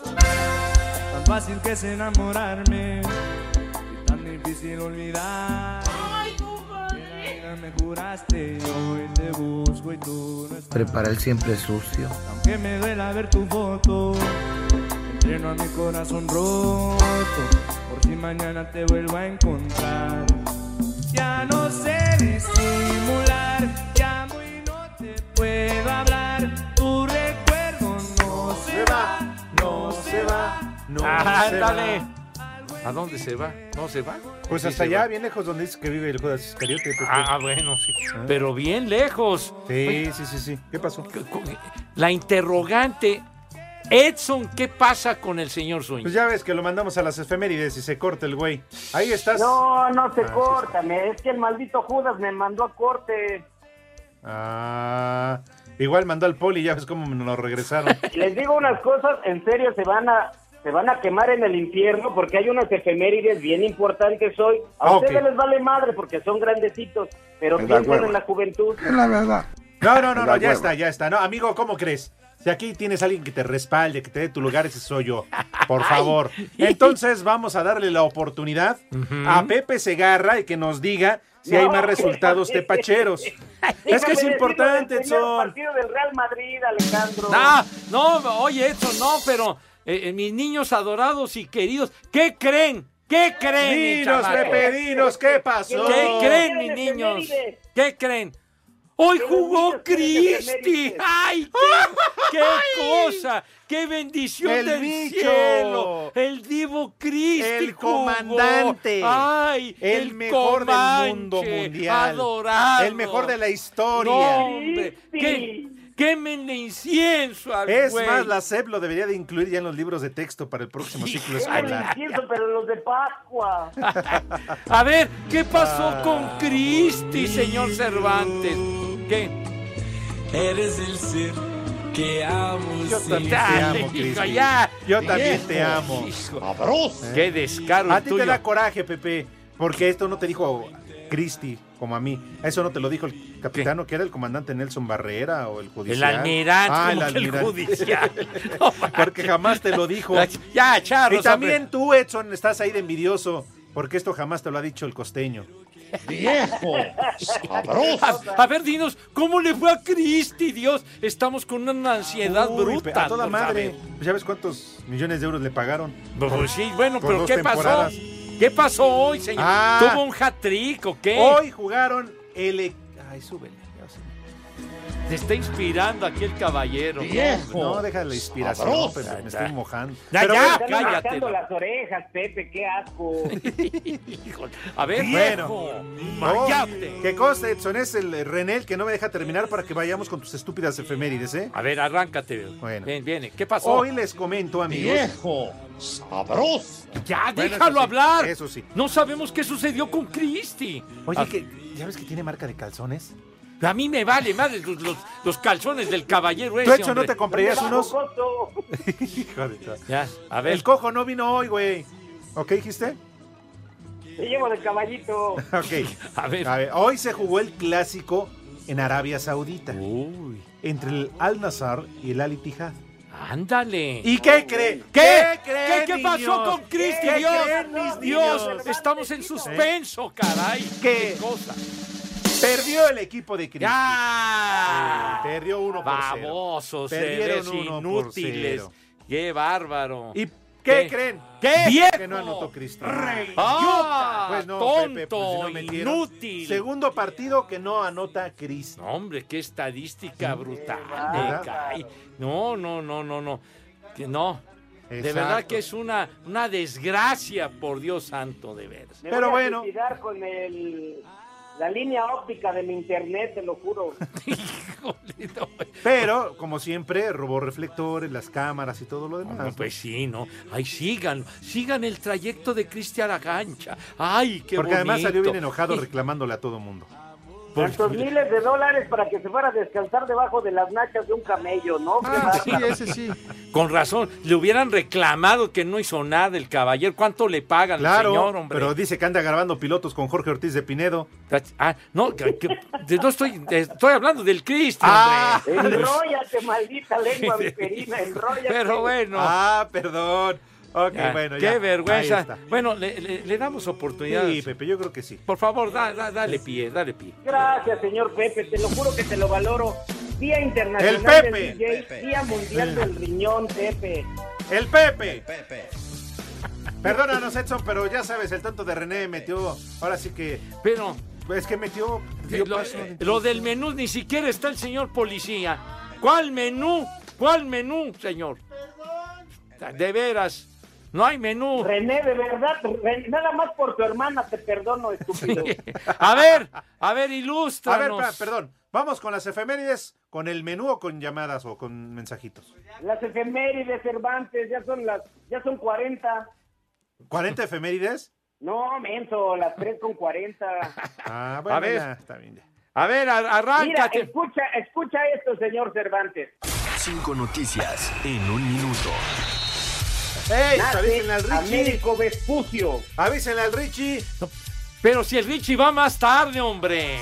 Tan fácil que es enamorarme y tan difícil olvidar. Que la vida me curaste, hoy te busco y tú no estás.
Prepara el siempre sucio.
Aunque me duela ver tu foto, entreno a mi corazón roto. Por si mañana te vuelvo a encontrar. Ya no sé disimular, ya muy no te puedo hablar. Tu recuerdo no se va, no se va.
No,
Ah, ¡Ándale! ¿A dónde se va? ¿No se va?
Pues
Sí
hasta
se
allá,
va.
bien lejos donde dice que vive el Judas Iscariote. Pepe.
Ah, bueno, sí. Pero bien lejos.
Sí,
Oye,
sí, sí, sí. ¿Qué pasó?
La interrogante, Edson, ¿qué pasa con el señor Zúñiga?
Pues ya ves que lo mandamos a las efemérides y se corta el güey. Ahí estás.
No, no se
Ah, sí
corta, me- es que el maldito Judas me mandó a corte.
Ah, igual mandó al poli, ya ves cómo nos
*laughs*
lo regresaron.
Les digo unas cosas, en serio se van a se van a quemar en el infierno porque hay unas efemérides bien importantes hoy. A
Ah,
ustedes
ok.
les vale madre porque son grandecitos, pero
Es la
piensen
hueva.
en la juventud.
No, no, no,
Es la
no, ya
hueva.
está, ya está. No, amigo, ¿cómo crees? Si aquí tienes a alguien que te respalde, que te dé tu lugar, ese soy yo. Por favor. Entonces vamos a darle la oportunidad a Pepe Segarra y que nos diga si hay
No.
más resultados tepacheros. es que es
Déjame
importante,
decirles del primer
Edson.
partido del Real Madrid, Alejandro.
Ah, no, oye, Edson, no, pero eh, eh, mis niños adorados y queridos, ¿qué creen? ¿Qué creen? mis
Dinos,
chamacos?
Pepe, dinos, ¿qué pasó?
¿Qué creen, mis niños? ¿Qué creen? Hoy jugó Cristi. ¡Ay, qué,
*laughs*
qué cosa! ¡Qué bendición
El
del
bicho.
cielo! El Divo Cristi.
El
jugó.
comandante.
¡Ay,
El
el
mejor del mundo
Comanche,
mundial.
Adorado.
El mejor de la historia.
No, hombre, qué- quémenle incienso al
Es
güey.
más, la SEP lo debería de incluir ya en los libros de texto para el próximo ciclo
Déjame
escolar.
decirlo, pero los de Pascua.
*laughs* A ver, ¿qué
Ah,
pasó con Cristi, señor Cervantes? ¿Qué? Eres el ser que amo. Yo
también te amo, Cristi. Yo también te amo.
Sabroso.
Qué descaro
A
el
ti
tuyo.
te da coraje, Pepe, porque esto no te dijo Cristi como a mí. Eso no te lo dijo el capitano, que era el comandante Nelson Barrera o el judicial.
El almirante, como
Ah,
que el
almirante.
*laughs* judicial.
porque jamás te lo dijo.
Ya, charros,
Y también tú, Edson, estás ahí de envidioso, porque esto jamás te lo ha dicho el costeño.
¡Viejo!
A, a ver, dinos, ¿cómo le fue a Cristi, Dios? Estamos con una ansiedad
Uy, pe-
bruta.
a toda
por
madre.
saber.
Pues ya ves cuántos millones de euros le pagaron.
Pues
por-
sí, bueno,
por
pero
dos
¿qué pasó?
temporadas.
¿Qué pasó hoy, señor?
Ah.
¿Tuvo un hat-trick o qué?
Hoy jugaron el. e- Ay, súbele. ya sé.
Te está inspirando aquí el caballero.
No, deja la inspiración,
Sabrosa,
Pepe, me
ya.
estoy mojando.
Ya,
Pero
ya,
Están
cállate.
arrancando las orejas, Pepe, qué
*laughs*
asco.
A ver,
Bueno.
viejo,
Oh,
mayate.
que conste, Edson, es el Renel que no me deja terminar para que vayamos con tus estúpidas efemérides, ¿eh?
A ver, arráncate. Bien, viene. ¿Qué pasó?
Hoy les comento, amigos.
¡Viejo! ¡Sabroso!
Ya,
Bueno,
déjalo
eso sí,
hablar.
Eso sí.
No sabemos qué sucedió con Christie.
Oye,
Ah,
que, ¿ya ves que tiene marca de calzones?
a mí me vale madre los, los- los calzones del caballero ese,
¿Tú, Edson, no
hombre.
te comprarías unos? Hijo de tu-
Ya, a ver.
El cojo no vino hoy, güey. ¿Ok, dijiste?
Te llevo de caballito.
Ok.
A ver.
Hoy se jugó el clásico en Arabia Saudita. Entre el Al Nazar y el Al Ittihad.
Ándale.
¿Y qué cree?
¿Qué?
creen,
¿Qué, qué pasó
niños?
con Cristi,
¿Qué
Dios?
creen, mis
Dios,
niños?
estamos en suspenso, caray.
¿Qué?
cosa?
Perdió el equipo de Cristi.
¡Ya!
Perdió uno por cero.
Babosos,
Perdieron
seres
uno por
inútiles.
cero.
Qué bárbaro.
¿Y qué
¿Qué?
creen?
¿Qué?
Que no anotó Cristi.
¡Ah!
Pues no, Pepe, pues si
tonto,
no metieron.
inútil.
Segundo partido que no anota Cristi.
No, hombre, qué estadística brutal.
bárbaro.
me cae. No, no, no, no, no. Que no. De
Exacto.
verdad que es una, una desgracia, por Dios santo, de veras.
Me
Pero
voy a
bueno.
suicidar con el La línea óptica de mi internet, te lo
*laughs*
juro.
Pero, como siempre, robó reflectores, las cámaras y todo lo demás.
No, pues sí, ¿no? Ay, sigan, sigan el trayecto de Cristian Agancha. Ay, qué
Porque además
bonito.
salió bien enojado reclamándole a todo mundo.
Tantos miles de dólares para que se fuera a descansar debajo de las nachas de un camello, ¿no? Qué bárbaro.
sí.
Con razón, le hubieran reclamado que no hizo nada el caballero. ¿Cuánto le pagan
Claro,
al señor, hombre?
pero dice que anda grabando pilotos con Jorge Ortiz de Pinedo.
Ah, no, que- que- de- no estoy, de- estoy hablando del Cristian,
Ah.
hombre.
Enróllate, maldita lengua viperina, enróllate.
Pero bueno.
Ah, perdón. Ok,
Ya,
bueno, ya.
Qué
Ahí
vergüenza.
está.
Bueno, le, le- le damos oportunidad.
Sí, Pepe, yo creo que sí.
Por favor, da- da- dale pie, dale pie.
Gracias, señor Pepe, te lo juro que te lo valoro. Día Internacional
El Pepe.
del DJ, Día Mundial
Sí.
del Riñón, Pepe.
El Pepe. Pepe. Perdónanos, Edson, pero ya sabes, el tanto de René metió. Ahora sí que.
Pero. eh,
Es que metió. dio
Lo,
paso.
lo del menú ni siquiera está el señor policía. ¿Cuál menú? ¿Cuál menú, señor? De veras, no hay menú.
René, de verdad, René, nada más por tu hermana te perdono, estúpido.
A ver, a ver, ilustra.
A ver, pa- perdón. Vamos con las efemérides, con el menú o con llamadas o con mensajitos.
Las efemérides, Cervantes, ya son las, ya son 40.
¿40 efemérides?
No, menso, las 3 con
*laughs*
40.
Ah, bueno,
A ver.
ya, está bien. ya.
A ver, a-
Mira,
arráncate.
escucha, escucha esto, señor Cervantes.
Cinco noticias en un minuto.
¡Ey!
Nace
avísenle al Richie!
Américo Vespucio.
¡Avísenle al Richie!
Pero si el Richie va más tarde, hombre.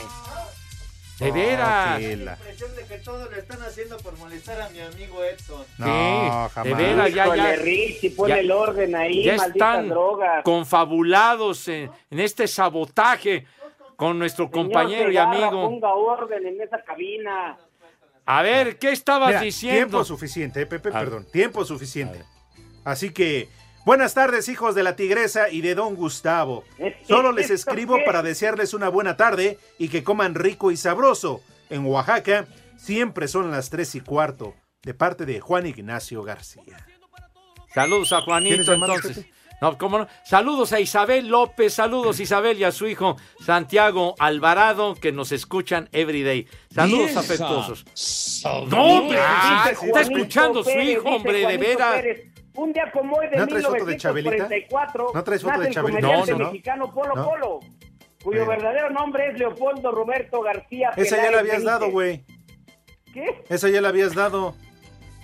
De
Oh,
veras.
tela.
impresión de que todo lo están haciendo por molestar a mi amigo Edson.
No,
Sí,
jamás.
De veras, ya, ya.
Híjole, Richie, pon el orden ahí,
ya
malditas
están
drogas.
confabulados en, en este sabotaje con nuestro compañero y
Señor Segarra,
amigo.
Ponga orden en esa cabina.
A ver, ¿qué estabas
Mira,
diciendo?
Tiempo suficiente, eh, Pepe, perdón. Tiempo suficiente. Así que, buenas tardes, hijos de la tigresa y de don Gustavo. Solo les escribo para desearles una buena tarde y que coman rico y sabroso. En Oaxaca siempre son las tres y cuarto, de parte de Juan Ignacio García.
Saludos a
¿Quieres
Juanito,
llamar,
entonces. No, ¿cómo no? Saludos a Isabel López, saludos Isabel y a su hijo Santiago Alvarado, que nos escuchan everyday. Saludos
Vieja
afectuosos.
sabrosa.
No, hombre,
Ah,
está
Juanito
escuchando su
Pérez,
hijo,
dice
hombre, de
Juanito
veras.
Pérez. Un día como hoy de
¿No traes foto de Chabelita?
1944,
¿No traes foto
nace
de
el
Chabelita?
comediante
No, no, no.
mexicano Polo
No.
Polo, cuyo
Eh.
verdadero nombre es Leopoldo Roberto García
Esa ya
Peláez
la habías
Benítez.
dado, güey.
¿Qué?
Esa ya la habías dado.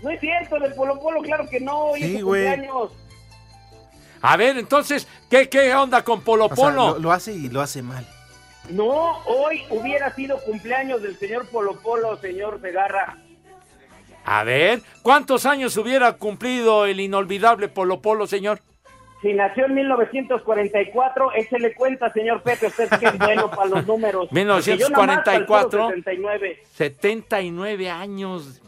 No es cierto, de Polo Polo, claro que no, hoy
Sí,
es su
güey.
cumpleaños.
A ver, entonces, ¿qué, qué onda con Polo
O sea,
Polo?
lo, lo hace y lo hace mal.
No, hoy hubiera sido cumpleaños del señor Polo Polo, señor Segarra.
A ver, ¿cuántos años hubiera cumplido el inolvidable Polo Polo, señor?
Si nació en 1944, échele cuenta, señor Pepe, usted que es bueno para
*laughs*
los números. Porque yo nomás calculo
1944.
69.
79 años.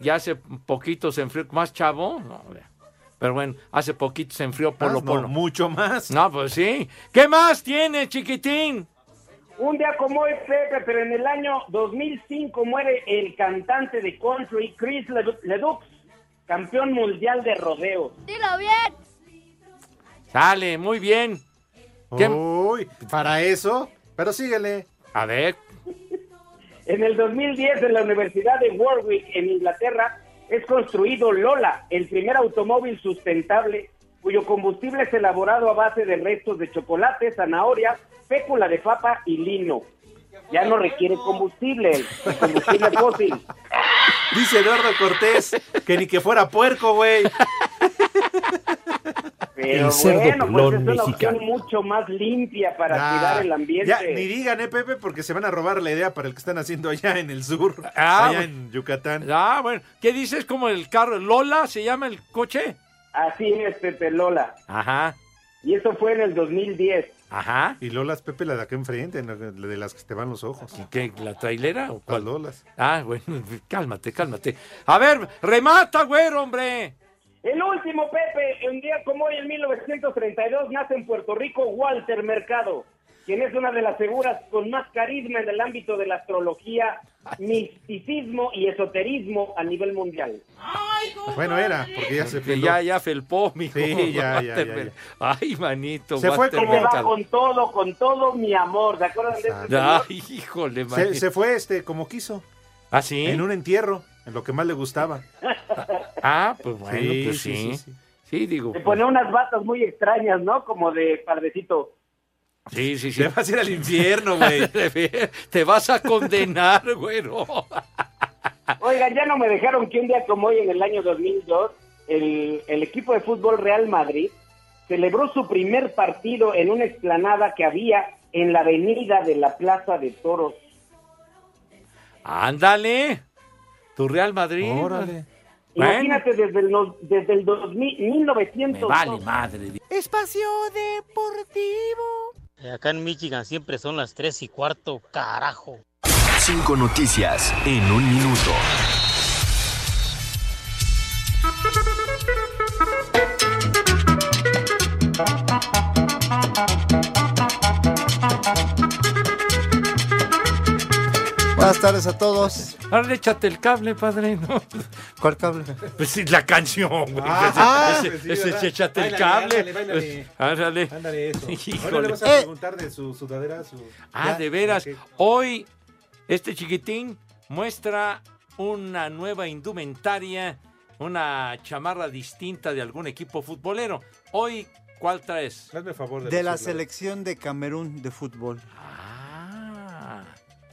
Ya hace poquito se enfrió. ¿Más chavo? No, vea. pero bueno, hace poquito se enfrió Polo
Más no,
Polo.
mucho más.
No, pues sí. ¿Qué más tiene, chiquitín?
Un día como hoy, Pepe, pero en el año 2005 muere el cantante de country Chris Ledu- Ledoux, campeón mundial de rodeo.
¡Dilo bien!
Sale, muy bien. ¿Qué-
Uy, para eso. Pero síguele.
A ver.
En el 2010, en la Universidad de Warwick, en Inglaterra, es construido Lola, el primer automóvil sustentable cuyo combustible es elaborado a base de restos de chocolate, zanahoria, fécula de papa y lino. Ya no requiere combustible, el
*laughs*
combustible fósil.
Dice Eduardo Cortés que ni que fuera puerco, güey.
Pero
El cerdo
bueno, pues es
pelón
una opción
mexicano.
mucho más limpia para
Ah,
cuidar el ambiente.
Ya, ni digan, eh, Pepe, porque se van a robar la idea para el que están haciendo allá en el sur.
Ah,
allá
pues,
bueno.
en Yucatán.
Ah, bueno. ¿Qué dices? Como el carro. ¿Lola se llama el coche?
Así es, Pepe Lola.
Ajá,
Y eso fue en el 2010.
ajá.
Y Lolas, Pepe, la de acá enfrente, ¿no? la de las que te van los ojos.
¿Qué? ¿La trailera o cuál?
Las Lolas.
Ah, bueno, cálmate, cálmate. A ver, remata, güero, hombre.
El último, Pepe, un día como hoy en 1932 nace en Puerto Rico Walter Mercado. quien es una de las figuras con más carisma en el ámbito de la astrología, misticismo y esoterismo a nivel mundial.
Bueno, era, porque ya se peló.
Ya, ya felpó, mijo.
Sí, ya, ya, ya, ya.
Ay, manito.
Se fue
Que
Waterman.
te va con todo, con todo mi amor. ¿Se acuerdan de este señor?
Ay, híjole, manito.
Se, se fue este como quiso,
¿Ah, sí?
en un entierro, en lo que más le gustaba.
Ah, pues bueno,
Sí,
pues
sí,
sí.
sí,
Sí,
sí.
digo. pues,
Se ponía unas batas muy extrañas, ¿no? Como de padrecito.
Sí, sí, sí. *laughs*
Te vas a
*laughs*
ir al infierno, güey.
Te vas a condenar, güero.
*laughs*
Oigan, ya no me dejaron que un día como hoy, en el año 2002, el, el equipo de fútbol Real Madrid celebró su primer partido en una explanada que había en la avenida de la Plaza de Toros.
Ándale. Tu Real Madrid.
Órale.
Bueno.
Imagínate desde el, no- desde el 2000,
Me
1900.
vale madre.
Espacio Deportivo.
Eh, Acá en Michigan siempre son las tres y cuarto, carajo.
Cinco noticias en un minuto.
Buenas tardes a todos.
Ahora échate el cable, padre. ¿no?
¿Cuál cable?
Pues sí, la canción, güey.
Ah,
ese,
pues sí,
ese-
¿verdad?
ese échate el
Báilale,
cable.
ándale, báilale.
Pues, ándale.
Ándale eso.
*laughs* Híjole.
Ahora le vas
Eh.
a preguntar de su sudadera, su...
Ah,
Ya,
de veras.
ok.
Hoy este chiquitín muestra una nueva indumentaria, una chamarra distinta de algún equipo futbolero. Hoy, ¿cuál traes?
Hazme favor
De la selección de Camerún de fútbol.
Ah.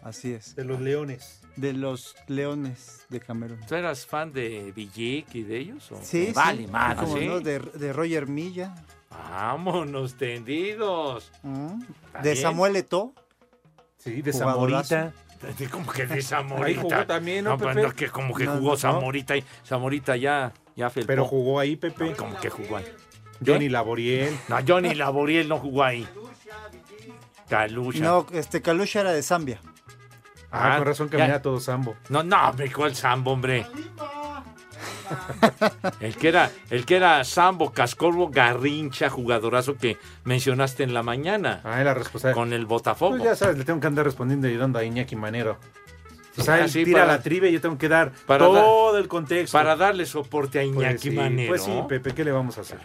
Así es.
De los leones.
De los leones de Camerún.
¿Tú eras fan de Villic y de ellos? o?
Sí, sí.
Vale, madre.
Cómo
¿sí?
no, de, de Roger Milla, Ah,
Vámonos tendidos. ¿Está
de
bien?
Samuel Eto'o.
Sí,
de Jugadorazo. Zamorita.
*laughs* De- Como que de Zamorita.
Ahí jugó también, ¿no,
pues,
Pepe?
que como que
No,
jugó
no.
Zamorita. y Zamorita ya, ya felpó.
Pero jugó ahí, Pepe.
No, como que jugó ahí.
Johnny Laboriel.
No, Johnny Laboriel no jugó ahí. Calucha. No,
No, este Kalusha era de Zambia.
Ah,
Ah,
con razón
ya.
caminaba todo sambo.
no, me dijo el Sambo, hombre. El que era, el que era Sambo, Cascorbo, Garrincha, jugadorazo que mencionaste en la mañana.
Ah, era responsable.
Con el
Pues
Botafogo.
ya sabes, le tengo que andar respondiendo y ayudando a Iñaki Manero. O sea,
Ah,
él
sí,
tira
para-
la trivia y yo tengo que dar
para
todo el contexto.
Para darle soporte a Iñaki
pues sí,
Manero.
Pues sí, Pepe, ¿qué le vamos a hacer?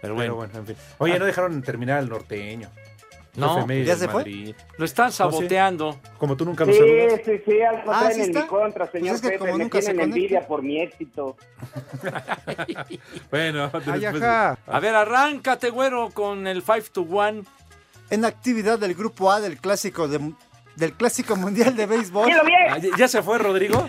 Pero bueno. Ah.
en fin. Oye, no dejaron terminar al norteño.
No,
Efemérides
¿ya se
de
fue?
Madrid.
Lo están
No, sí.
saboteando.
Como tú nunca lo
Sí,
saludas.
sí, sí, algo
Ah,
traen
¿sí
en
está?
mi contra, señor
es que
Pepe,
como
me
nunca se
tienen
conecta.
envidia por mi éxito.
*laughs* Bueno,
Ay,
después-
ajá.
A ver, arráncate, güero, con el 5 to 1.
En actividad del grupo A del clásico de- del clásico mundial de béisbol.
¡Dilo bien!
Ah, ¿ya- ¿Ya se
*laughs*
fue, Rodrigo?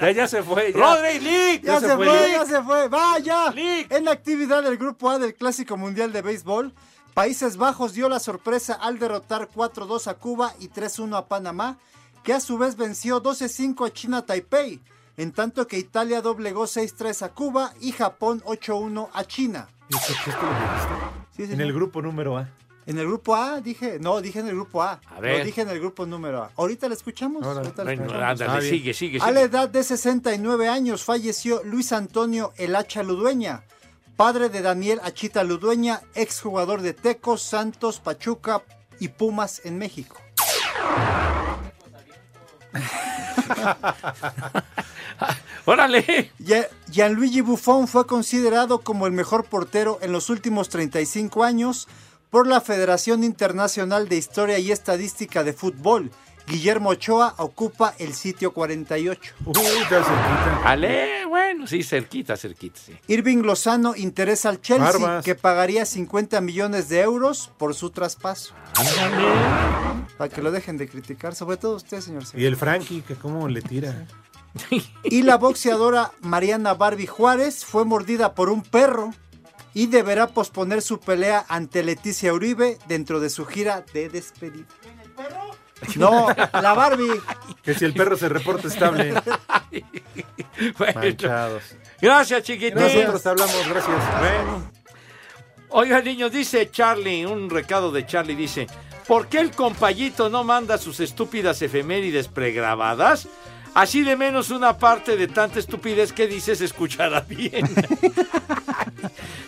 Ya, ya se fue. ya.
¡Rodri Lick!
Ya
Ya
se
se,
fue,
fue,
Lick.
ya se fue. ¡Vaya! En la actividad del Grupo A del Clásico Mundial de Béisbol, Países Bajos dio la sorpresa al derrotar 4-2 a Cuba y 3-1 a Panamá, que a su vez venció 12-5 a China Taipei, en tanto que Italia doblegó 6-3 a Cuba y Japón 8-1 a China. Sí,
En
señor.
el grupo número A.
En el grupo A dije, no, dije en el grupo A.
A ver.
No, dije en el grupo número A. Ahorita la escuchamos. ahorita la
Bueno,
escuchamos.
ándale, sigue, sigue,
A la
sigue.
edad de 69 años falleció Luis Antonio El Hacha Ludueña, padre de Daniel Achita Ludueña, exjugador de Tecos, Santos, Pachuca y Pumas en México.
¡Órale!
Ya- Gianluigi Buffon fue considerado como el mejor portero en los últimos 35 años por la Federación Internacional de Historia y Estadística de Fútbol. Guillermo Ochoa ocupa el sitio 48.
Ale, bueno, sí, cerquita, cerquita, sí.
Irving Lozano interesa al Chelsea
Barbas.
que pagaría 50 millones de euros por su traspaso. Para que lo dejen de criticar, sobre todo usted, señor.
Y
Segura.
el Frankie, que cómo le tira.
Y la boxeadora *laughs* Mariana Barbie Juárez fue mordida por un perro y deberá posponer su pelea ante Leticia Uribe dentro de su gira de despedida. No, la Barbie.
Que si el perro se
*laughs*
reporta estable.
Bueno,
Manchados.
gracias, chiquitín.
Nosotros te hablamos, gracias.
Bueno. Oigan, niños, dice Charlie, un recado de Charlie dice, ¿por qué el compayito no manda sus estúpidas efemérides pregrabadas? Así de
*laughs*
menos una parte de tanta estupidez que dices escuchará bien.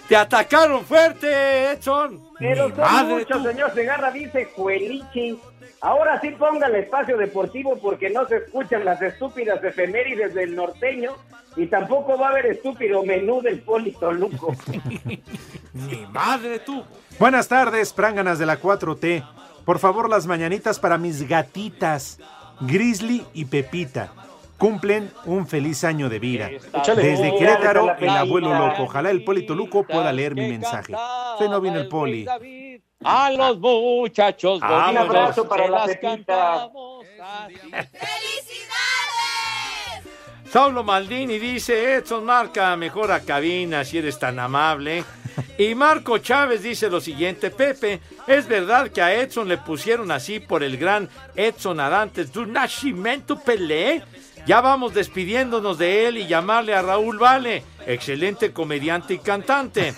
Te atacaron fuerte, Edson.
Pero
Mi
son ¿eh?
madre,
muchos,
tú.
señor Segarra, dice Juelichi. Ahora sí ponga el espacio deportivo porque no se escuchan las estúpidas efemérides del norteño y tampoco va a haber estúpido menú del Polito Luco.
Mi madre, tú.
Buenas tardes, pránganas de la 4T. Por favor, las mañanitas para mis gatitas, Grizzly y Pepita. Cumplen un feliz año de vida.
Échale.
Desde Querétaro, el
Felicidades.
abuelo loco. Ojalá el Polito Luco pueda leer mi mensaje. Se no vino el Poli.
A los muchachos bonitos
Ah, un abrazo
para
se
la
las
Pepita.
cantamos así.
Saulo Maldini dice, Edson marca mejor a cabina si eres tan amable. Y Marco Chávez dice lo siguiente, Pepe, es verdad que a Edson le pusieron así por el gran Edson Arantes de un nacimiento Pelé. Ya vamos despidiéndonos de él y llamarle a Raúl Vale, excelente comediante y cantante.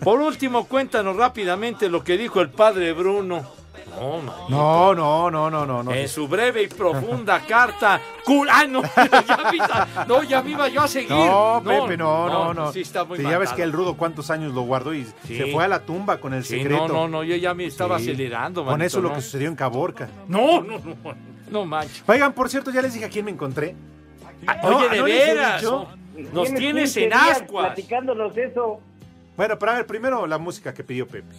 Por último, cuéntanos rápidamente lo que dijo el padre Bruno. No, no.
No, no, no, no, no. no.
En su breve y profunda carta, cul- ¡Ah, no! *laughs* ya, me iba- no, ya me iba yo a seguir.
No, Pepe, no, no, no.
Sí, está muy
Sí, ya ves
mandado.
que el rudo cuántos años lo guardó y
Sí.
se fue a la tumba con el
Sí,
secreto.
No, no, no, yo ya me estaba
Sí.
acelerando,
Con
manito,
eso lo
¿no?
que sucedió en Caborca.
No, no, no. No manches.
Oigan, por cierto, ya les dije a quién me encontré. Ah, no,
Oye, de
¿no les he
veras.
dicho?
oh, Nos tienes en
asco.
ascuas.
Platicándonos eso.
Bueno, pero a ver, primero la música que pidió Pepe.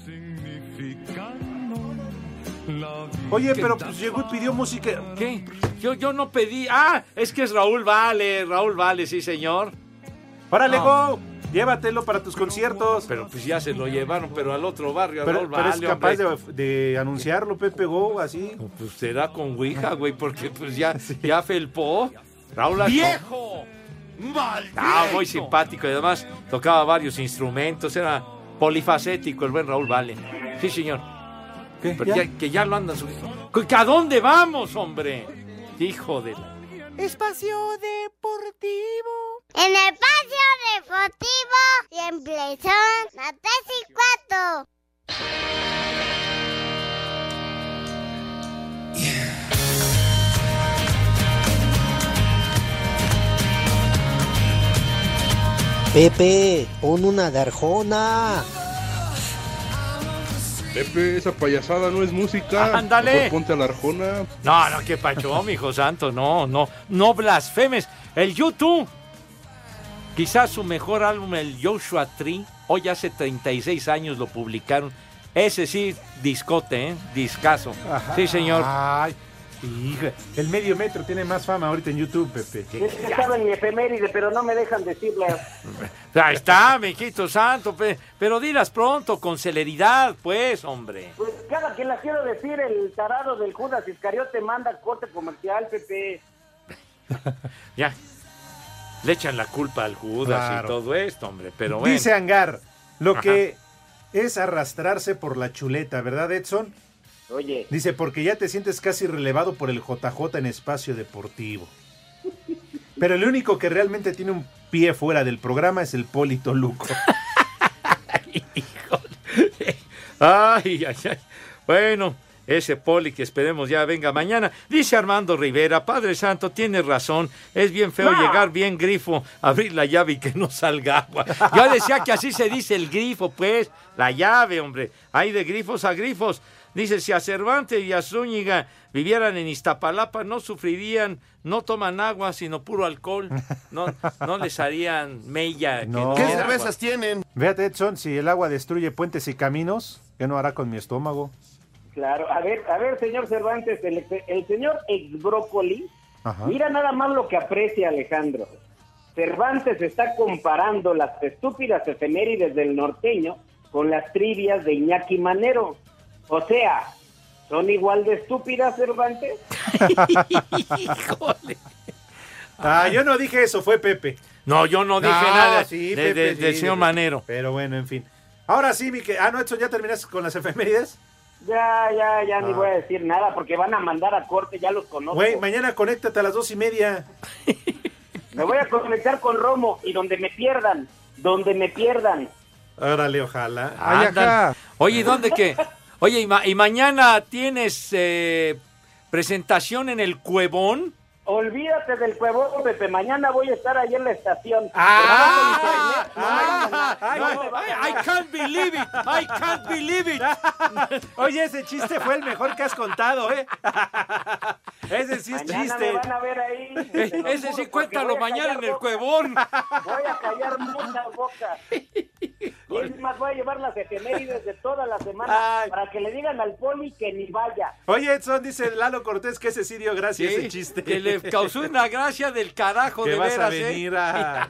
Oye, pero pues llegó y pidió música.
¿Qué? Yo, yo no pedí. Ah, es que es Raúl Vale, Raúl Vale, sí, señor.
¡Párale,
No.
Go! Llévatelo para tus conciertos.
Pero pues ya se lo llevaron, pero al otro barrio, a
Pero,
Raúl
pero
Vale.
es capaz
hombre.
de, de anunciarlo, Pepe Go, así.
Pues será con Ouija, güey, porque pues ya, ya felpó. Raúl Alco-
¡Viejo! ¡Maldito!
Ah, muy simpático y además tocaba varios instrumentos, era polifacético el buen Raúl Vale. Sí, señor. Pero
¿Ya?
ya- que ya lo andan subiendo. ¿Que ¿A dónde vamos, hombre? Hijo de la...
Espacio Deportivo. En Espacio Deportivo siempre son las 3 y 4.
Pepe, pon una darjona.
Pepe, esa payasada no es música.
Ándale.
Mejor ponte a la arjona.
No, no, qué pacho, hijo santo, no, no, no blasfemes. El YouTube, quizás su mejor álbum, el Joshua Tree, hoy hace 36 años lo publicaron. Ese sí, discote, ¿eh? Discaso.
Ajá.
Sí, señor.
Ay, hija. El medio metro tiene más fama ahorita en YouTube, Pepe.
Es que estaba en mi efeméride, pero no me dejan decirla.
Ahí está, mijito santo, pe- pero dilas pronto, con celeridad, pues, hombre.
Pues cada que la quiero decir, el tarado del Judas Iscariote manda corte comercial, Pepe.
Ya. Le echan la culpa al Judas y
Claro.
todo esto, hombre, pero bueno.
Dice Angar, lo
Ajá.
que es arrastrarse por la chuleta, ¿verdad, Edson?
Oye,
Dice, porque ya te sientes casi relevado por el JJ en espacio deportivo. Pero el único que realmente tiene un pie fuera del programa es el Polito Luco.
Ay, ay, ay. Bueno, ese poli que esperemos ya venga mañana. Dice Armando Rivera, Padre Santo, tienes razón. Es bien feo
No.
llegar bien grifo, abrir la llave y que no salga agua. Yo decía que así se dice el grifo, pues, la llave, hombre. Hay de grifos a grifos. Dice, si a Cervantes y a Zúñiga vivieran en Iztapalapa, no sufrirían, no toman agua, sino puro alcohol. No, no les harían mella. que no
¿Qué
hubiera agua.
cervezas
tienen?
Véate, Edson, si el agua destruye puentes y caminos, ¿qué no hará con mi estómago?
claro. A ver, a ver, señor Cervantes, el, el señor ex brócoli
Ajá.
Mira nada más lo que aprecia Alejandro. Cervantes está comparando las estúpidas efemérides del norteño con las trivias de Iñaki Manero. O sea, ¿son igual de estúpidas, Cervantes?
Ah, yo no dije eso, fue Pepe.
No, yo no dije nada de- de- del señor Manero.
Pero bueno, en fin. Ahora sí, mi que... Ah, no, Edson, ¿ya terminaste con las efemérides?
Ya, ya, ya ni
Ah.
voy a decir nada porque van a mandar a corte, ya los conozco.
Güey, mañana conéctate a las dos y media.
Me voy a conectar con Romo y donde me pierdan, donde me pierdan.
Órale, ojalá.
Ay,
Ándale.
ajá. Oye, ¿y ¿dónde qué? Oye, y, ma- y mañana tienes eh, presentación en el Cuevón.
Olvídate del huevón, Pepe. Mañana voy a estar ahí en la estación.
¡Ah!
Pero no con internet, no hay
¡Ah! I, I can't believe it. I can't believe it.
Oye, ese chiste fue el mejor que has contado, ¿eh? Ese sí es
Mañana
chiste.
ah,
me van a ver ahí.
Eh,
te lo
Ese sí
juro, porque
cuéntalo
voy a
mañana en
callar
el
boca.
cuevón.
Voy a callar muchas bocas. Y es más, voy a llevar las efemérides de toda la semana para que le digan al poli que ni vaya.
Oye, Edson, dice Lalo Cortés que ese eh. sí dio gracia
Sí,
ese chiste.
Que le causó una gracia del carajo
Que
de
vas
veras, ¿eh?
a venir
*laughs*
a...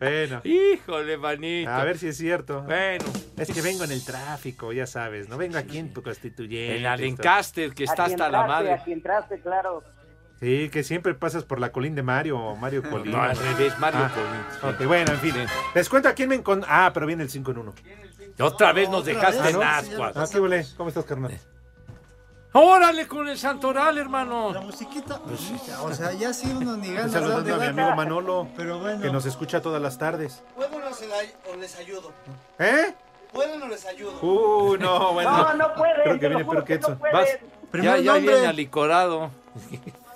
Bueno.
Híjole, manito.
A ver si es cierto.
Bueno.
Es que vengo en el tráfico, ya sabes. No vengo aquí en tu constituyente.
En la Lancaster, que está
A quien
hasta la
traste,
madre.
A quien traste, claro.
Sí, que siempre pasas por la colín de Mario o
*laughs*
Mario Colín.
no, al revés, Mario Colín.
Ah, Ok, bueno, en fin. Les cuento a quién me encontré. Ah, pero viene el 5 en 1.
Otra vez pues, nos dejaste en ascuas.
Ah, qué volé. ¿Cómo estás, carnal?
Órale con el santoral,
Ah,
hermano. La
musiquita.
pues
O sea, ya sí uno ni
Un
gana.
saludo
¿dónde
a mi
gana?
amigo Manolo,
Pero bueno.
que nos escucha todas las tardes.
¿Puedo o, se la- o les ayudo?
¿Eh?
¿Pueden o les ayudo?
Uh, *laughs* no, bueno.
No, no puedes,
Creo que
te lo
viene
juro
peor que
que no
Edson.
puedes.
Vas.
Primer
ya, ya
nombre.
viene alicorado.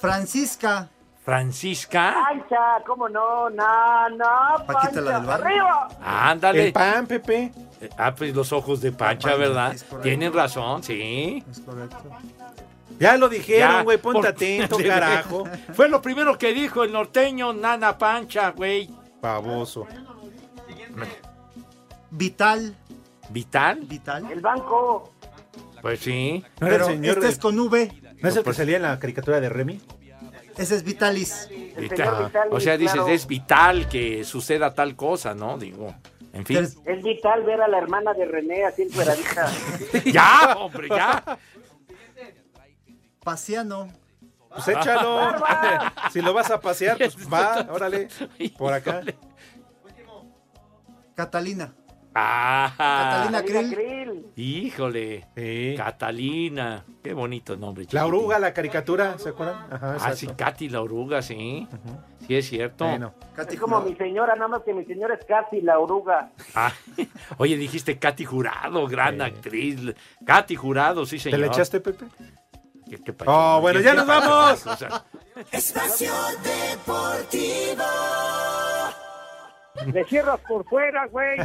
Francisca.
Francisca.
Pancha, ¿cómo no? No, no,
Paquita,
Pancha.
la del barrio.
¡Arriba!
Ándale.
El pan, Pepe.
Eh, Ah, pues los ojos de Pancha, ¿verdad? Tienen razón, sí.
Ya lo
Ya,
dijeron, Pues güey. Ponte
por- *laughs*
atento, carajo.
Fue lo primero que dijo el norteño Nana Pancha, güey.
Pavoso.
Vital.
¿Vital?
Vital.
El banco.
Pues sí. Pues
¿No era el
Pero
señor
este
del-
es con V.
¿No es el que salía en la caricatura de Remy?
Ese es Vitalis.
Vital. O sea, dices, es vital que suceda tal cosa, ¿no? Digo, en
*laughs*
fin.
Es vital ver a la hermana de René así encueradita.
ya, hombre,
*laughs*
ya.
Pasiano.
Pues échalo. si lo vas a
*laughs*
pasear, pues va, *laughs* órale. Por acá.
Catalina.
Ah.
Catalina Krill.
Híjole. Catalina. Qué bonito nombre.
La
chiquitín.
oruga, la caricatura, ¿se acuerdan? Ajá,
Ah,
exacto.
sí, Katy la oruga, sí. Sí, es cierto.
Bueno.
Es como mi señora, nada más que mi señora es Katy, la oruga.
Ah, *laughs* oye, dijiste Katy Jurado, gran actriz. Katy Jurado, sí, señor.
¿Te le echaste, Pepe?
¿Qué, qué pasó?
Oh, bueno,
¿Qué-
ya
qué
nos
pasó?
vamos.
O sea,
Espacio Deportivo.
Le cierras por fuera, güey.